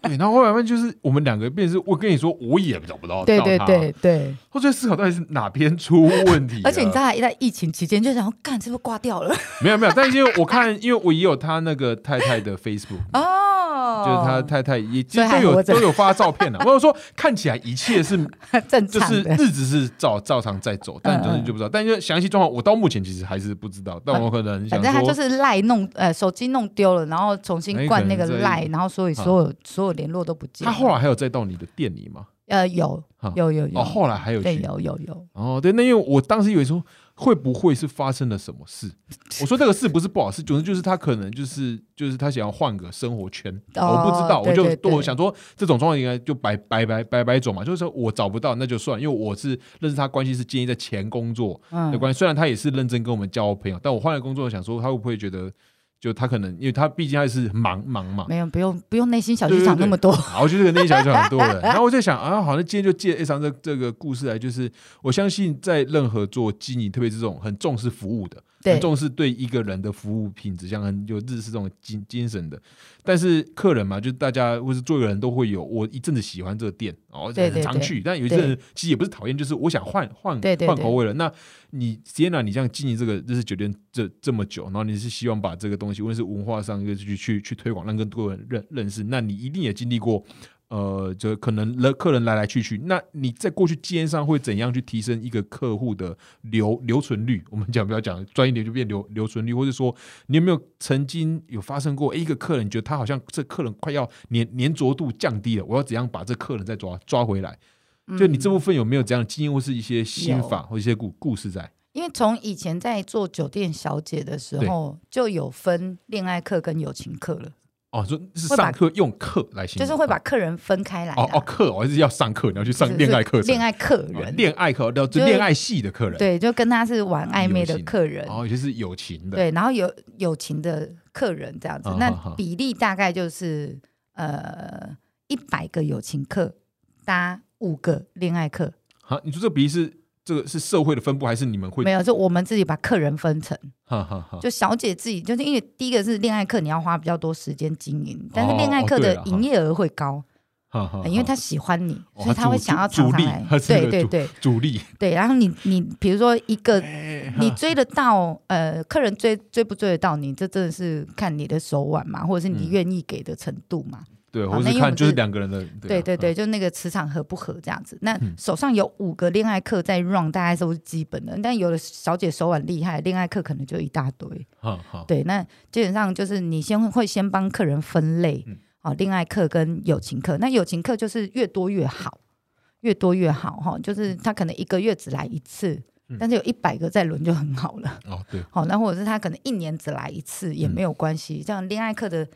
对，然后后来面就是我们两个变成是，我跟你说，我也找不哦到，对对对，对，我在思考到底是哪边出问题啊了，而且你知道在疫情期间就想要干是不是挂掉了没有没有，但是因为我看， 因为我也有他那个太太的 Facebook，哦，就是他太太也其所以实都还有活着都有发照片的、啊我有说看起来一切 是他正就常是的，日子是照照常在走，但嗯就是就不知道，但是详细状况我到目前其实还是不知道，但我可能想反正他说。就是赖弄呃手机弄丢了，然后重新灌那个哎可能在赖，然后所以所有、所有联络都不见他了。后来还有再到你的店里吗？呃有啊有有有哦，后来还有对去有有有，哦，对，那因为我当时以为说会不会是发生了什么事？我说这个事不是不好事，总之就是他可能就是就是他想要换个生活圈，哦我不知道，对我就对对我想说这种状况应该就白白白白白走嘛，就是说我找不到那就算，因为我是认识他关系是建立在前工作的嗯，关系，虽然他也是认真跟我们交朋友，但我换了工作，想说他会不会觉得就他可能因为他毕竟还是忙忙嘛，没有不用不用内心小对剧对场对那么多，然后就是那一小就很多人， 然后我在想啊，好像今天就借 A 商这这个故事来，就是我相信在任何做经营，特别是这种很重视服务的，对很重视对一个人的服务品质，像很有日式这种精精神的。但是客人嘛，就是大家或是做一个人都会有，我一阵子喜欢这个店，哦，对对很常对去，但有一阵人其实也不是讨厌，就是我想换换对对换对口味了。那你 Sienna，你这样经营这个日式酒店这这么久，然后你是希望把这个东西，无论是文化上，又去去去推广，让更多人认认识。那你一定也经历过，呃，就可能了客人来来去去。那你在过去经验上会怎样去提升一个客户的留留存率？我们讲不要讲专业点，就变留留存率，或者说你有没有曾经有发生过诶一个客人，你觉得他好像这客人快要粘粘着度降低了，我要怎样把这客人再抓抓回来？嗯就你这部分有没有这样的经验，或是一些心法，或一些故故事在？因为从以前在做酒店小姐的时候，就有分恋爱课跟友情课了，哦，说是会把上课用课来形就容，是会把客人分开来啦啊哦哦课，我还是要上课，你要去上就是恋爱课程恋，爱客哦人，恋爱课，然后就就是恋爱系的客人，，对，就跟他是玩暧昧友的情客人，哦，就是友情的，对，然后有友情的客人这样子啊，那哈哈比例大概就是呃一百个友情课搭五个恋爱课，好，你说这个比例是这个是社会的分布，还是你们会没？有，就我们自己把客人分成，哈哈哈，就小姐自己就是因为第一个是恋爱课，你要花比较多时间经营，但是哦恋爱哦课对的了哈营业额会高，哈哈哈因为他喜欢你，哦所以他他会主想要主常主常力来他，是对个对对主力，对，然后你你比如说一个哎 你追得到，呃，客人追追不追得到你，这真的是看你的手腕嘛，或者是你嗯愿意给的程度嘛。对，好或是那因为我看们就是是两个人的，对啊嗯对对，，就那个磁场合不合这样子。那手上有五个恋爱课在 run，大概都是基本的。但有的小姐手腕厉害，恋爱课可能就一大堆。哈哈，对，那基本上就是你先会会先帮客人分类嗯，啊、恋爱课跟友情课。那友情课就是越多越好，越多越好哈、就是他可能一个月只来一次嗯，但是有一百个在轮就很好了。哦对，好，那或者是他可能一年只来一次嗯也没有关系，这样恋爱课的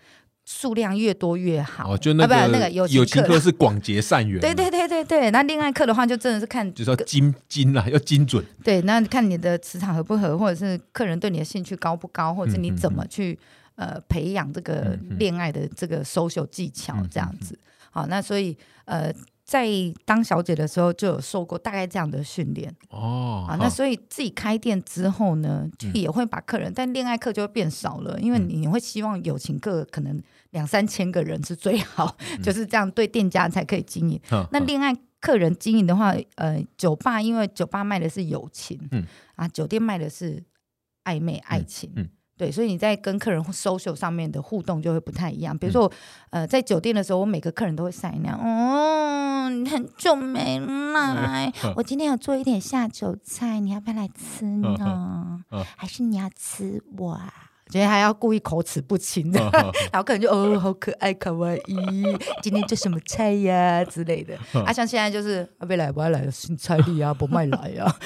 数量越多越好。哦就那啊、不个那个友友情情课，课是广结善缘，对对，对对对。那恋爱课的话，就真的是看就是要精精啊，要精准，对，那看你的磁场合不合，或者是客人对你的兴趣高不高，或者是你怎么去、呃培养这个嗯嗯嗯恋爱的这个 social 技巧嗯嗯这样子。好，那所以呃。在当小姐的时候就有受过大概这样的训练哦啊，那所以自己开店之后呢，就嗯也会把客人，但恋爱课就会变少了，因为嗯你会希望友情课可能两三千个人是最好，嗯就是这样对店家才可以经营。好那哈恋爱客人经营的话，呃，酒吧因为酒吧卖的是友情，嗯啊，酒店卖的是暧昧爱情，嗯对，所以你在跟客人 social 上面的互动就会不太一嗯样。比如说，呃，在酒店的时候，我每个客人都会晒那样，哦，你很久没来， 嗯我今天有做一点下酒菜，你要不要来吃呢？嗯还是你要吃我啊？觉得还要故意口齿不清的，哈哈然后客人就哦，好可爱，卡哇 伊，今天做什么菜呀之类的。嗯啊，像现在就是啊，别来，不要来，新菜力啊，不卖来 啊。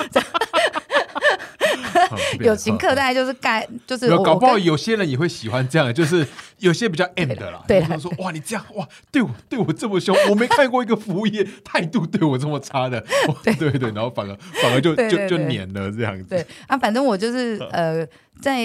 哈友情课大概就是盖，就是啊没有我搞不我好跟有些人也会喜欢这样的， 就是有些比较 M 的啦。对啦他说哇，你这样哇，对我对我这么凶，我没看过一个服务业态度对我这么差的。 哇对对对，然后反而反而就对就对就对黏了这样子。对啊，反正我就是嗯呃，在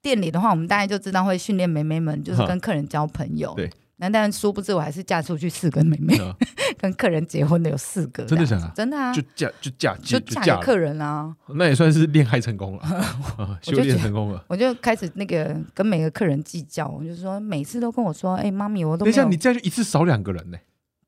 店里的话，我们大概就知道会训练妹妹们，就是嗯跟客人交朋友。对那但殊不知我还是嫁出去四个妹妹，啊跟客人结婚的有四个这真的样子，假的真的啊就，嫁就嫁就就嫁嫁给了，客人啊。那也算是恋爱成功 了，啊我就修炼觉得成功了。我就开始那个跟每个客人计较，我就说每次都跟我说，哎、妈咪，我都等一没下，有你这样就一次少两个人呢、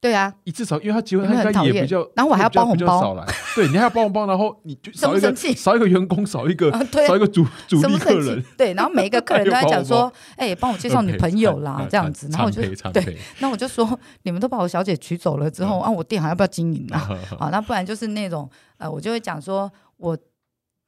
对啊，一次少，因为他结婚，有没有他很应该讨也厌比较，然后我还要比较包红比较包少来，对你还要包红包，然后你就 生少不一个生气少一个员工，少一个啊， 对少啊一，个主主生力不客生气人，？ 对，然后每一个客 人都在讲又包说，哎、帮我介绍女朋友啦，这样子。然后我就对，对，那我就说，你们都把我小姐娶走了之后，嗯啊，我店还要不要经营啊？啊，那不然就是那种，呃，我就会讲说，我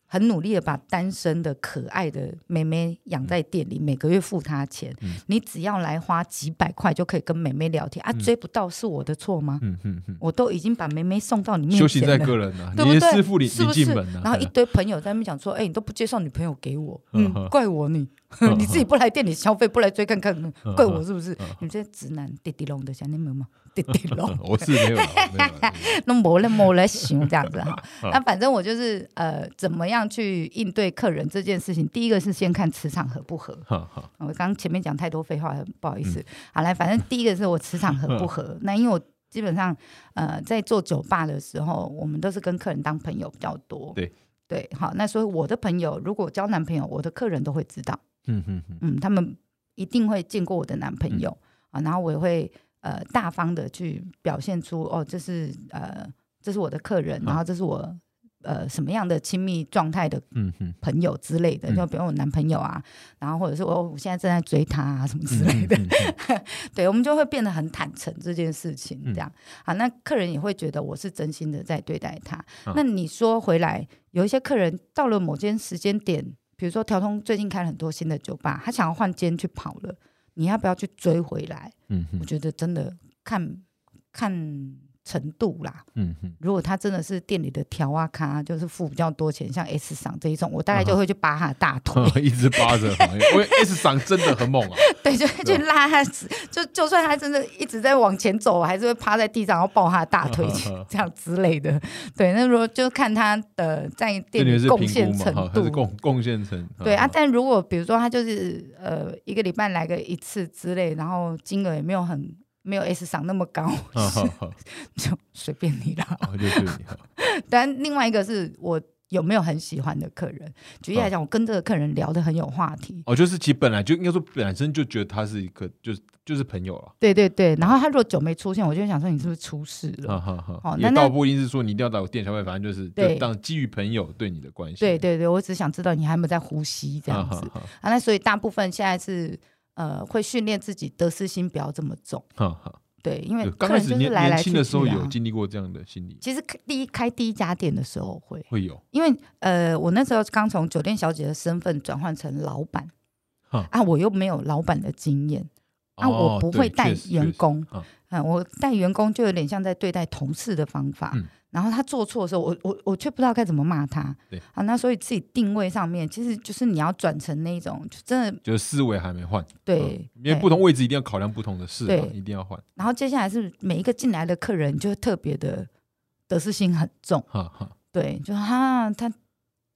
很努力的把单身的可爱的妹妹养在店里，每个月付她钱，嗯你只要来花几百块就可以跟妹妹聊天啊，嗯追不到是我的错吗？嗯嗯嗯，我都已经把妹妹送到你面修行前在了。个人啊，对你的不对师傅领是领不进是门啊，然后一堆朋友在那边讲说：“哎、你都不介绍女朋友给我，嗯 嗯哼，怪我你， 嗯你自己不来店里消费，不来追看看，哼怪我是不是？嗯哼，你们这些直男滴滴龙的，想你们吗？滴滴龙 我是没有啦，我没有啦那没了没了行这 样子哈。那反正我就是呃，怎么样去应对客人这件事情？第一个是先看磁场合不合。哈哈，我刚刚前面讲太多废话，不好意思。好来，反正第一个是我磁场合不合。那因为我基本上呃在做酒吧的时候，我们都是跟客人当朋友比较多。对对，好，那所以我的朋友如果交男朋友，我的客人都会知道，嗯嗯嗯嗯，他们一定会见过我的男朋友、啊，然后我也会呃大方的去表现出哦，这是呃这是我的客人，嗯然后这是我。呃，什么样的亲密状态的嗯嗯朋友之类的，嗯就比如我男朋友啊，然后或者是我我现在正在追他啊什么之类的，嗯，嗯对，我们就会变得很坦诚这件事情，嗯这样啊，那客人也会觉得我是真心的在对待他。啊那你说回来，有一些客人到了某间时间点，比如说调通最近开了很多新的酒吧，他想要换间去跑了，你要不要去追回来？嗯我嗯觉得真的看看程度啦，嗯嗯，如果他真的是店里的条啊咖，就是付比较多钱，像 S 赏这一种，我大啊概就会去扒他的大 腿，嗯一直扒着，因为 S 赏真的很猛啊，对，就会去拉他，就就算他真的一直在往前走，我还是会趴在地上，然后抱他的大 腿这样之类的。对，那如果就看他的在这店里里是贡评献估程嘛，哈，它度是，贡贡献成，对啊嗯，，但如果比如说他就是呃一个礼拜来个一次之类，然后金额也没有很没有 S 赏那么高，嗯好好，就随便你啦。 好就对你好，但另外一个是我有没有很喜欢的客人。举例嗯来讲，我跟这个客人聊得很有话题，哦，就是其实本来就应该说本身就觉得他是一个就是就是朋友了，对对对。然后他如果久没出现，我就会想说你是不是出事了？哈哈哈，哦也那倒那不一定是说你一定要来我店消费，反正就是就对当基于朋友对你的关系，对对对，我只想知道你还有没有在呼吸这样哈子哈哈啊。那所以大部分现在是呃会训练自己得失心不要这么重，哈哈，对，因为对客刚开人始就年是来来年去轻去的时候啊有经历过这样的心理，其实第一开第一家店的时候会，会有因为呃，我那时候刚从酒店小姐的身份转换成老板哈，啊，我又没有老板的经验，啊，哦我不对会带确实员确实工啊，嗯，我带员工就有点像在对待同事的方法嗯。然后他做错的时候，我我我却不知道该怎么骂他对。啊，那所以自己定位上面，其实就是你要转成那一种，就真的就是思维还没换，对嗯，因为对不同位置一定要考量不同的事啊，对一定要换，然后接下来是每一个进来的客人，就特别的得失心很重，哈哈，对，就哈、他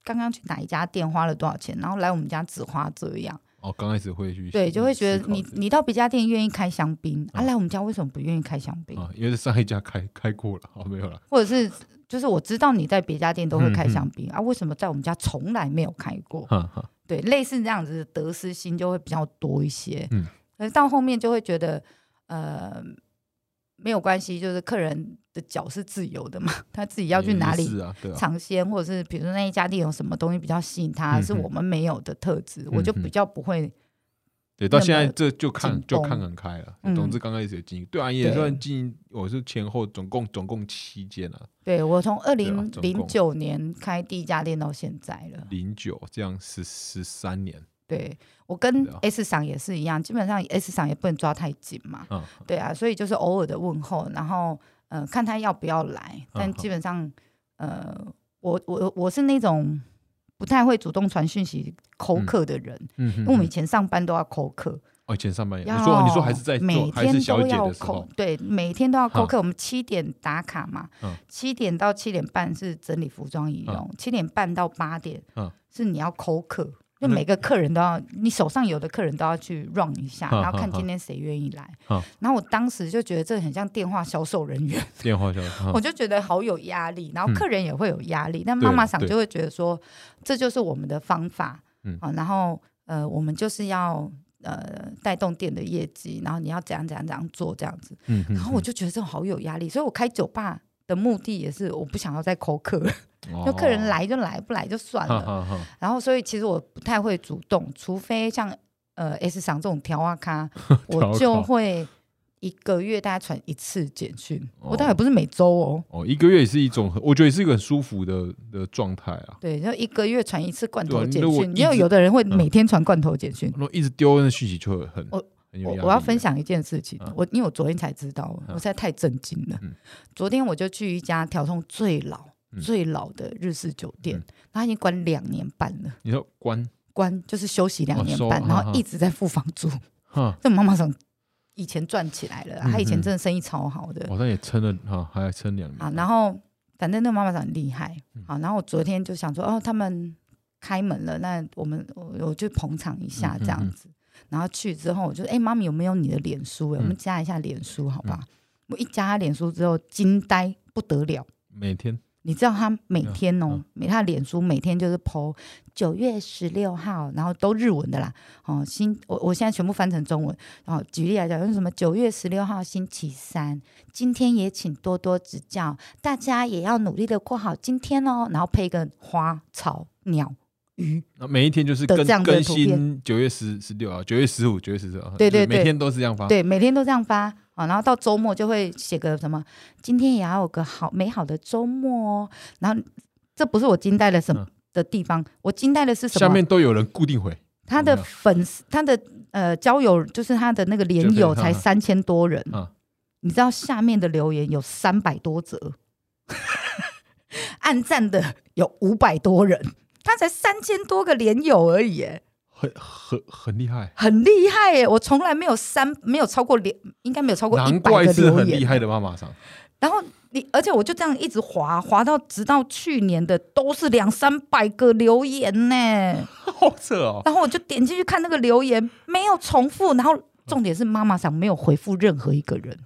刚刚去哪一家店花了多少钱，然后来我们家只花这样。哦，刚开始会去对，就会觉得思考你这个你到别家店愿意开香槟，啊，嗯来我们家为什么不愿意开香槟？啊，因为是上一家开开过了，哦， 没有了，或者是就是我知道你在别家店都会开嗯嗯香槟、啊，为什么在我们家从来没有开过？哈哈，对，类似这样子的得失心就会比较多一些。嗯，可是到后面就会觉得，呃，没有关系，就是客人的脚是自由的嘛，他自己要去也哪里是啊，对啊，尝鲜，或者是比如说那一家店有什么东西比较吸引嗯他，嗯是我们没有的特质，我就嗯嗯比较不会。对，到那现在么这就看紧就绷看很开了。嗯总之刚开始有经营，对啊，也对算经营，我是前后总共总共七间啊，对我从二对啊零总零共九年开第一家店到现在了。零九这样十十三年对我跟对啊 S 赏也是一样，基本上 S 赏也不能抓太紧嘛，啊，对啊，所以就是偶尔的问候，然后呃看他要不要来，嗯但基本上呃我我我是那种不太会主动传讯息扣客的人，嗯哼因为我们以嗯前上班都要扣客，哦以前上班也，要你说你说还是在做每还是天小都姐要的时扣候，，对，每天都要扣客，我们七点打卡嘛嗯，七点到七点半是整理服装仪容，七点半到八点嗯是你要扣客。就每个客人都要，你手上有的客人都要去 run 一下，嗯然后看嗯今天谁愿意来嗯。然后我当时就觉得这很像电话销售人员，电话小嗯我就觉得好有压力，然后嗯客人也会有压力，但对妈妈了想对就会觉得说，这就是我们的方法，嗯好、然后呃，我们就是要呃带动店的业绩，然后你要怎样怎样怎样做这样子，嗯嗯然后我就觉得这种好有压力，所以我开酒吧的目的也是我不想要再抠客，就客人，来就来，不来就算哦了哈，哈哈然后，所以其实我不太会主动，除非像呃 S 赏这种调啊咖， 调啊咖我就会一个月大概传一次简讯。哦我倒也不是每周哦，哦，一个月也是一种很，我觉得也是一个很舒服的的状态啊。对，就一个月传一次罐对啊头你简如果讯。一因为直嗯有的人会每天传罐头简讯。如果一直丢那讯息，就会很我很有我压我要力分啊，享一件事情，嗯我因为我昨天才知道，嗯我实在太震惊了。嗯昨天我就去一家调通最老、嗯最老的日式酒店嗯，它已经关两年半了，你说关关就是休息两哦年收半，然哈后哈一直在付房租。哈，这妈妈桑以前赚起来了啦，嗯她以前嗯真的生意超好的好像也撑了哈，还撑两啊。年。然后反正那个妈妈桑很厉害嗯好，然后我昨天就想说，哦，他们开门了，那我们我我就捧场一下嗯嗯这样嗯子。然后去之后，我就哎，妈咪有没有你的脸书、哎我们加一下脸书好吧？我一加她脸书之后，惊呆不得了。每天你知道她每天哦嗯，每她脸书每天就是 PO 九月十六号，然后都日文的啦。哦，星我我现在全部翻成中文。哦，举例来讲，就是什么九月十六号星期三，今天也请多多指教，大家也要努力的过好今天哦。然后配一个花草鸟鱼，那每一天就是的更这样子的更图片新九月十十六啊，九月十五、九月十四，对就是对每对天都是这样发。对，每天都这样发啊、然后到周末就会写个什么，今天也要有个好美好的周末哦。然后这不是我惊呆了什么。嗯的地方，我惊呆的是什下么面？都有人固定回，他怎么的样粉丝，他的呃交友，就是他的那个连就友被才哈哈三千多人，啊你知道下面的留言有三百多则， 暗赞的有五百多人，他才三千多个连友而已耶，很很很厉害，很厉害耶！我从来没有三没有超过连，应该没有超过一难百怪个是留很厉言。害的妈妈桑。然后你，而且我就这样一直滑滑到直到去年的都是两三百个留言呢，好扯哦，然后我就点进去看那个留言，没有重复，然后。重点是妈妈桑没有回复任何一个 人，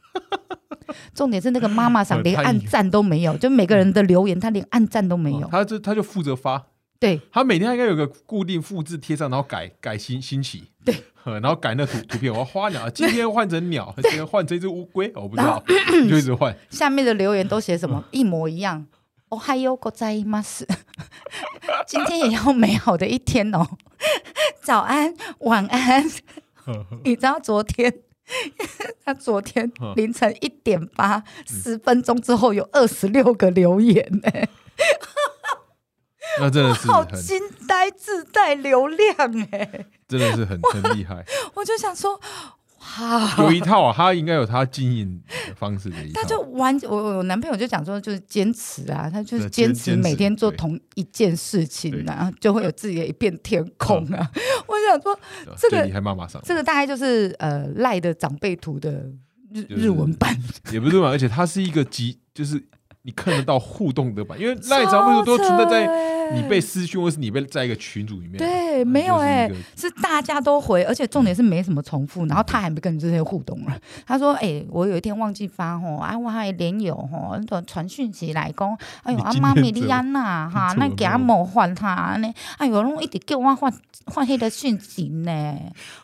重点是那个妈妈桑连太暗赞都没有，就每个人的留言他连暗赞都没哦有。他就他就负责发，对他每天应该有个固定复制贴上，然后改改新新奇，对 呵，然后改那图图片，我要花鸟，今天换成 鸟，今天换成一只乌龟，哦我不知道，就一直换，下面的留言都写什么一模一样。 哦嗨哟，ござい ます。今天也要美好的一天哦。早安，晚安。你知道昨天， 他昨天嗯凌晨一点八十分钟之后有二十六个留言呢、那真的是好很，惊呆，自带流量哎、真的是很很厉 害，我就想说，哇，有一套啊，他应该有他经营方式的一套他，就完，我我我男朋友就讲说，就是坚持啊，他就是对坚坚持坚持每天做对同一件事情对啊，然后就会有自己的一片天空啊。我想说，对吧这个最厉害妈妈桑，这个大概就是呃赖的长辈图的日就是日文版，也不是嘛，而且它是一个集，就是你看得到互动的吧，因为赖长辈都存在在在你被私讯，或是你被在一个群组里面，欸对没有哎、啊就是一个是大家都回，而且重点是没什么重复，然后他还没跟你这些互动了。他说：“哎、我有一天忘记发吼，啊，我还连友吼，传传讯息来讲，哎呦，你啊今天妈咪你安呐哈，怎么那给他冒犯他呢，哎呦，拢一直叫我发发迄个讯息呢，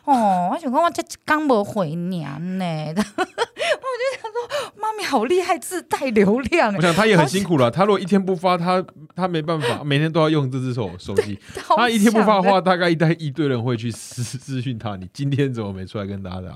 哦，我想讲我这一天无回啊娘呢， 我就想说妈咪好厉害，自带流量我，想他也很辛苦了。他如果一天不发，他他没办法，每天都要用这只手手 机。他一天不发的话。话，大概一代一堆人会去私私讯他。你今天怎么没出来跟大家？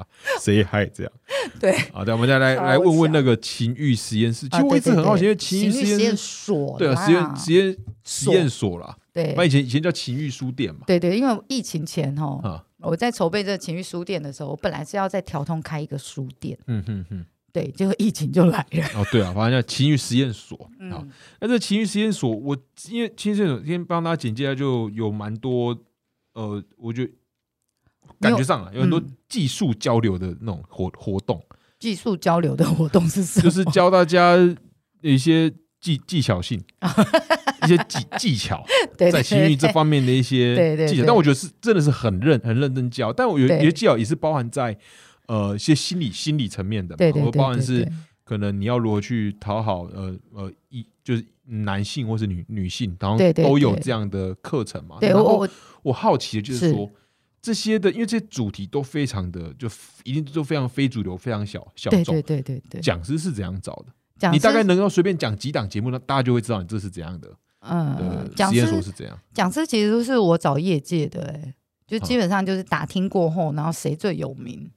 谁害这样？对，好的，我们再来超来问问那强个情欲实验室。其啊实我一直对对很好奇，对因为情欲情欲实实验验室，所对啊，啦实验实验实所验所啦。对那以前以前叫情欲书店嘛。对对，因为疫情前哦，啊，我在筹备这个情欲书店的时候，我本来是要在调通开一个书店，嗯哼哼，对，结果疫情就来了。哦对啊，反正叫情欲实验所。好，嗯，那这情欲实验所，我因为情欲实验所先帮大家简介一下，就有蛮多呃，我觉得感觉上啊，有很多嗯技术交流的那种活活 动，技术交流的活动是什么？ 就是教大家一些技技巧性，一些技技巧，对在对情欲对这对，方面的一些对对技巧。对但我觉得是真的是很认很认真教，但我有对有些技巧也是包含在呃一些心理心理层面的嘛，对对我对，包含对是对可能你要如何去讨好呃呃一就是男性或是女女性，然后对对都有对这样的课程嘛。对然后我我我好奇的就是是说，这些的因为这些主题都非常的就一定都非常非主流，非常小小对众对。对对对，讲师是怎样找的？讲你大师概能够随便讲几档节目，那大家就会知道你这是怎样的呃呃，讲实验所师是怎样。讲师其实都是我找业界的、欸，嗯就基本上就是打听过后，然后谁最有名，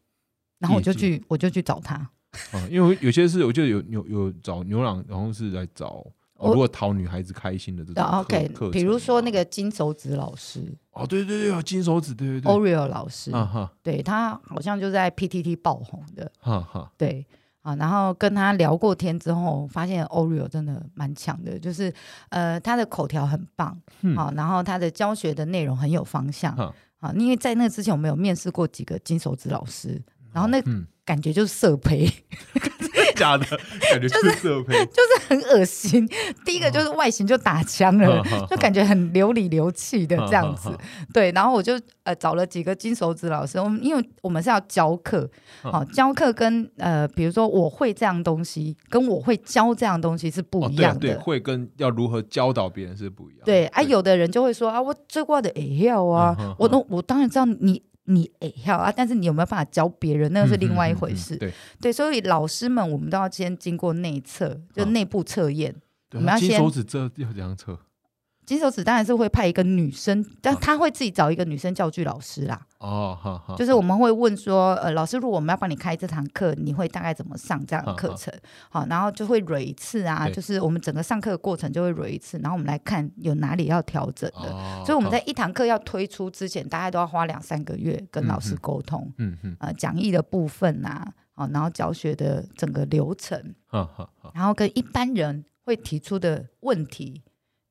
然后我业界就去我就去找他。啊，因为有些是我记得有有有找牛郎，然后是来找哦我如果讨女孩子开心的这种然后课给课程，啊比如说那个金手指老师哦，对对对，有金手指，对对对， ，Oreo 老师，啊哈对他好像就在 PTT 爆红的，哈哈，对。啊，然后跟他聊过天之后，发现 Oreo 真的蛮强的，就是呃，他的口条很棒，嗯好、然后他的教学的内容很有方向，哈啊，因为在那之前我们有面试过几个金手指老师，然后那嗯，感觉就是色胚， 假的，感觉就是色胚，很恶心。第一哦个就是外形就打枪嗯了，就感觉很流里流气的这样子。对，然后我就呃找了几个金手指老师，我们因为我们是要教课，嗯好、教课跟呃比如说我会这样东西，跟我会教这样东西是不哦一对啊样对，的。会跟要如何教导别人是不一样的，对啊，有的人就会说啊，我这我的也要啊，嗯嗯嗯我都我当然知道你你也要啊，但是你有没有办法教别人，那个是嗯另外一嗯回嗯事。对，对，所以老师们我们都要先经过内测，就嗯内部测验。对我们要金先手指这要怎样测？金手指当然是会派一个女生，嗯但他会自己找一个女生教具老师啦。哦哈哈，就是我们会问说，呃，老师，如果我们要帮你开这堂课，你会大概怎么上这样的嗯课嗯程？好，然后就会蕊一次啊，对就是我们整个上课的过程就会蕊一次，然后我们来看有哪里要调整的。哦，所以我们在哦一堂课要推出之前，大概都要花两三个月跟老师嗯哼沟通，嗯嗯，呃，讲义的部分啊，好，然后教学的整个流程，哈哈哈，然后跟一般人会提出的问题，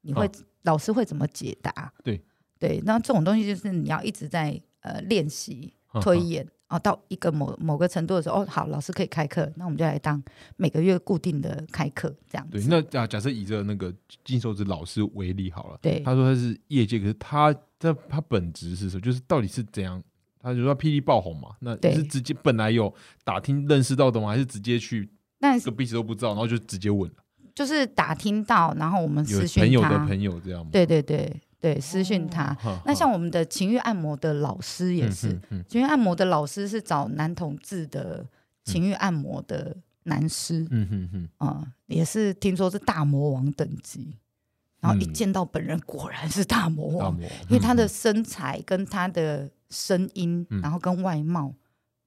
你会、老师会怎么解答？嗯对对，那这种东西就是你要一直在呃练习哈推哈演。哦，到一个某某个程度的时候，哦，好，老师可以开课，那我们就来当每个月固定的开课这样子。对，那假假设以这个那个金手指老师为例好了。对他说他是业界，可是他他他本质是什么？就是到底是怎样？他就说霹雳爆红嘛，那对是直接本来有打听认识到的吗？还是直接去那就彼此都不知道，然后就直接问了就是打听到，然后我们有私讯朋友的他，朋友哦这样吗？对对对对，私讯他。哈，那哈像我们的情欲按摩的老师也是，，嗯嗯情欲按摩的老师是找男同志的情欲按摩的男师，嗯嗯嗯啊、也是听说是大魔王等级，然后一嗯见到本人果然是大魔嗯，大王，魔，因为他的嗯身材跟他的声音，嗯然后跟外貌，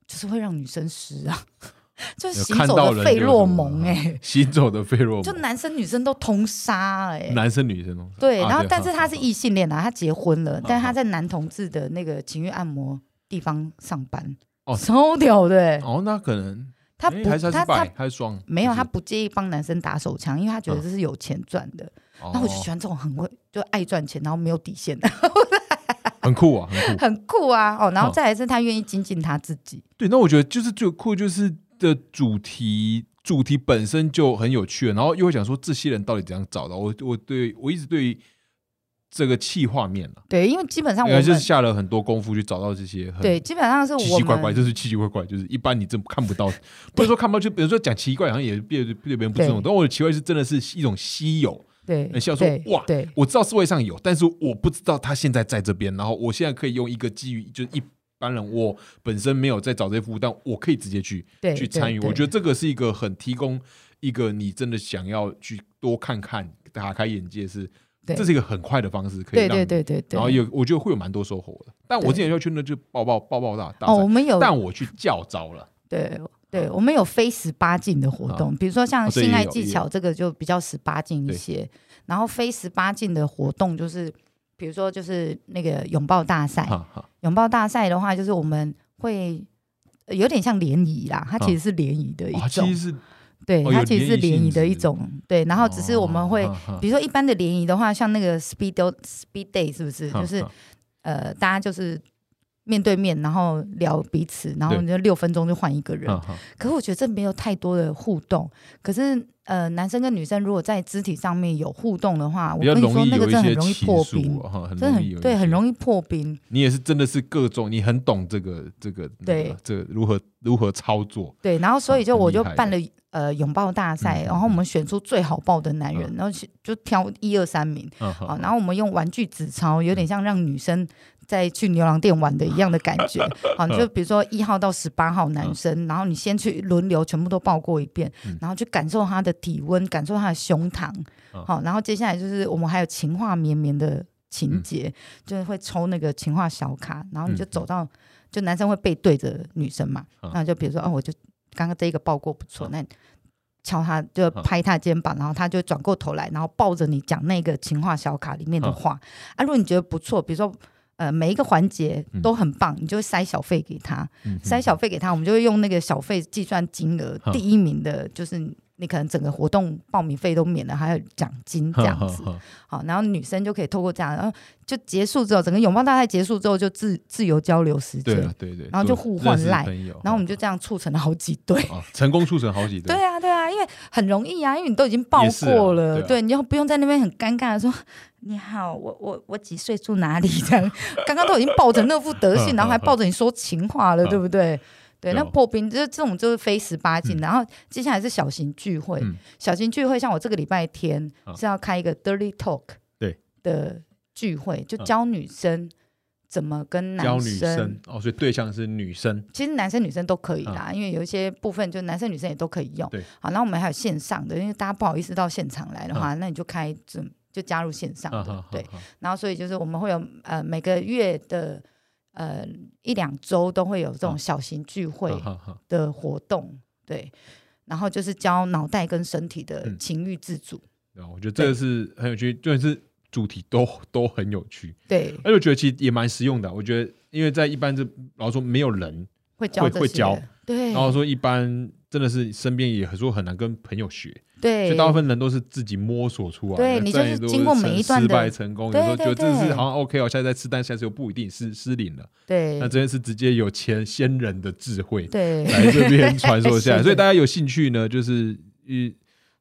就是会让女生湿啊， 就是有行看走到的人费就洛什么蒙哎、嗯行走的费洛就蒙，男生女生都通杀哎、男生女生哦对，啊然后但哈是他哈是哈异性恋啊，他结婚了，但好他在男同志的那个情欲按摩地方上班，哦超屌的欸、哦，那可能他诶不还是他他是他拜还是双，没有，还他是嗯不介意帮男生打手枪，因为他觉得这是有钱赚的。那我就哦喜欢这种很会就爱赚钱，然后没有底线的，很酷啊，很酷。很酷啊！哦，然后嗯再来是他愿意精进他自己，对，那我觉得就是最酷就是的主题，主题本身就很有趣了，然后又会讲说这些人到底怎样找到我，我对我一直对于这个气画面啊，对，因为基本上我原来们就是下了很多功夫去找到这些很对，基本上是奇我奇怪怪，们就是奇奇怪怪，就是一般你真看不 到，不是说看不到，就比如说讲奇怪，好像也别对别人不尊重，对但我的奇怪是真的是一种稀有。对很像说对哇对我知道社会上有，但是我不知道他现在在这边。然后我现在可以用一个基于就是一般人，我本身没有在找这些服务，但我可以直接去对去参与。对我觉得这个是一个很提供一个你真的想要去多看看、打开眼界是，对这是一个很快的方式，可以对让对你。对对对，然后有，我觉得会有蛮多收获的。但我对之前要去那就抱抱抱抱大大哦，我赛，们有但我去叫招了。对。对，我们有非十八禁的活动，比如说哦像对也性爱有技也巧这个就比较十八禁一对些，然后非十八禁的活动就是，比如说就是那个拥抱大赛，哈哈，拥抱大赛的话，就是我们会呃有点像联谊啦，它其实是联谊的一啊哇，其种，实是对，哦有它其实是联谊的一联种，对。然后只是我们会，哦哈哈比如说一般的嗯联谊的话，像那个 speed o- speed day 是不是？哈就是哈呃，大家就是面对面，然后聊彼此，然后对嗯你就六分钟就换一个人。哈哈，可是我觉得这没有太多的互动。可是呃，男生跟女生如果在肢体上面有互动的话，我比较跟你容说易那个有真一些的很容易情破冰愫，哦哈，很真容的易很有对，很易。容易破冰。你也是真的是各种，你很懂这个这个那个对这个如何如何操作，对，然后所以就哦很我厉就害办了呃拥抱大赛，嗯然后我们选出最好抱的男人，然后去就挑一二三名，嗯 好，哈，然后我们用玩具纸钞，有点像让女生在去牛郎店玩的一样的感觉。好，就比如说一号到十八号男生，然后你先去轮流全部都抱过一遍嗯，然后去感受他的体温，感受他的胸膛。嗯好，然后接下来就是我们还有情话绵绵的情节，就是会抽那个情话小卡，然后你就嗯走到，就男生会背对着女生嘛，嗯那就比如说哦，我就刚刚这一个抱过不错，嗯那你敲他就哦拍他肩膀，然后他就转过头来，然后抱着你讲那个情话小卡里面的哦话。啊，如果你觉得不错，比如说呃每一个环节都很棒，你就会塞小费给他，嗯塞小费给他，我们就会用那个小费计算金额，嗯第一名的就是你可能整个活动报名费都免了，还有奖金这样子。哈哈哈好，然后女生就可以透过这样，然后就结束之后，整个拥抱大赛结束之后就自自由交流时间对，啊对对，然后就互换认识赖朋友，然后我们就这样促成了好几对。啊成功促成好几对对，啊，对啊，因为很容易啊，因为你都已经报也是啊过了，对啊你就不用在那边很尴尬的说你好，我我我几岁住哪里这样， 刚刚都已经抱着那副德性，然后还抱着你说情话了，嗯对不对？对，对那哦破冰就是这种就是非十八禁，然后接下来是小型聚会，嗯小型聚会像我这个礼拜天嗯是要开一个 dirty talk 对的聚会，就嗯教女生怎么跟教男女生哦，所以对象是女生，其实男生女生都可以啦，因为有一些部分就男生女生也都可以用。嗯对，好，那我们还有线上的，因为大家不好意思到现场来的话，嗯那你就开就就加入线上的，啊哈哈对。哈然后所以就是我们会有呃每个月的呃一两周都会有这种嗯小型聚会哈哈哈的活动，对。然后就是教脑袋跟身体的嗯情欲自主，对啊我觉得这个是很有趣，就是主题都都很有趣，对，而且我觉得其实也蛮实用的啊。我觉得因为在一般这老实说没有人，会教会这会些教哦的，对然后说一般真的是身边也很说很难跟朋友学，所对，以大部分人都是自己摸索出来的。对你就是再也都经过每一段的失败成功，有对时候觉得对这对是好像 OK 哦，下次再吃，但下次又不一定失失灵了。对那这边是直接有前先人的智慧对来这边传授下是的 来，所以大家有兴趣呢，就是一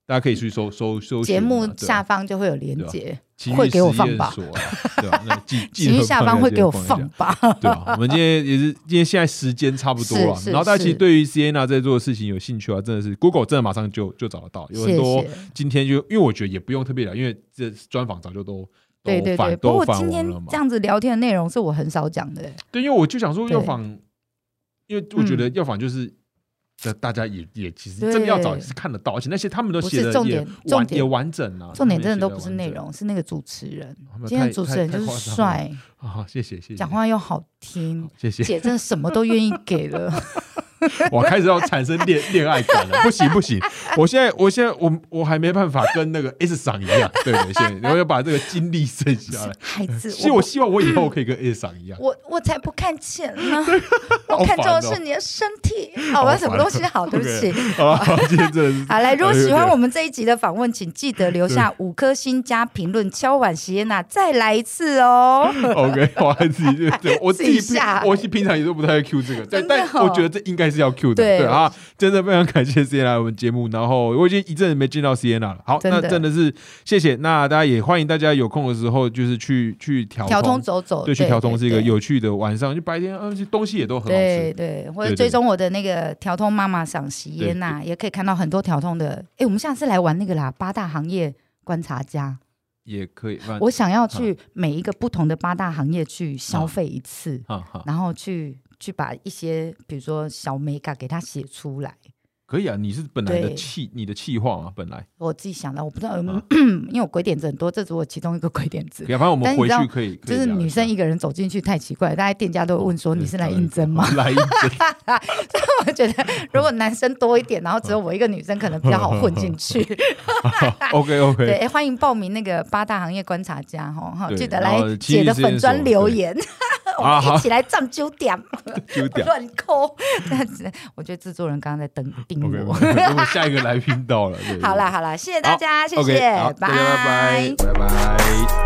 大家可以去搜搜搜寻节目嘛对下啊方就会有连对啊接，情欲会给我放实验吧所啊，对吧？那记记 情得绪下方一会下给我一下放吧。 对啊，我们今天也是今天现在时间差不多了是，是然后大家其实是对于 Sienna 在做的事情有兴趣啊，真的是 Google 真的马上就就找得到，有很谢多谢。今天就因为我觉得也不用特别聊，因为这专访早就都对对都对，反不都过反今天完了嘛这，样子聊天的内容是我很少讲的、欸对，因为我就想说对嗯药房，因为我觉得药房就是。呃大家也也其实对真的要找是看得到，而且那些他们都写不是的重也点重完点也完整啊，重点他们也真的都写得不是完内整容，是那个主持人。他们今天太的主持太人就太是夸张了 帅，啊，谢谢谢谢，讲话又好听，谢谢，姐真的什么都愿意 给了。 我开始要产生恋恋爱感了，不行不行， 我现在我现在我我还没办法跟那个 S 赏一样，对不对？现在我要把这个精力剩下来。孩子，所以我我希望我以后可以跟 S 赏一样，我我才不看钱呢，好我看中烦的哦是你的身体。好好吧，烦什么东 西好，对不 OK 啊呃起。好吧，今天真的 是好来，如果喜欢 OK，OK 我们这一集的访问，请记得留下五颗星加评论，敲碗席耶娜再来一次哦。 OK，我还自己就对我自己自己吓平我平常也都不太会 Q 这个，但真的但哦我觉得这应该是要 Q 的，对对啊，真的非常感谢 C N 来我们节目，然后我已经一阵子没见到 C N 了，好，真的那真的是谢谢，那大家也欢迎大家有空的时候就是去去调调通通走走，对，去调通是一个对有趣的晚上，就白天啊，这东西也都很好对吃。对，或者对对追踪我的那个调通妈妈赏析耶娜，也可以看到很多调通的。哎，我们下次来玩那个啦，八大行业观察家。也可以，反我想要去每一个不同的八大行业去消费一次，哈哈，然后去去把一些比如说小美感给它写出来。可以啊。你是本来的对气，你的气话嘛，本来。我自己想的，我不知道有没有啊， 因为我鬼点子很多，这只是我其中一个鬼点子可以。啊反正我们但你回知道去可以，可就以啊是聊一女生下一个人走进去太奇怪了，大家店家都会问啊说你是来应征吗？？ 来应 征，我觉得啊如果男生多一点，然后只有我一个女生，可能比较好混进去。 OK 对， OK，诶欢迎报名那个八大行业观察家哈，哈，对记得然后来亲密姐的实验粉砖所留对言， 我啊们好一起来占九点，丢 掉。乱扣。 但是我觉得制作人刚刚在等盯 OK，我。 我们下一个来宾到了。对好啦，好啦，谢谢大家，谢 o 谢 k 好，，大家拜拜，拜拜。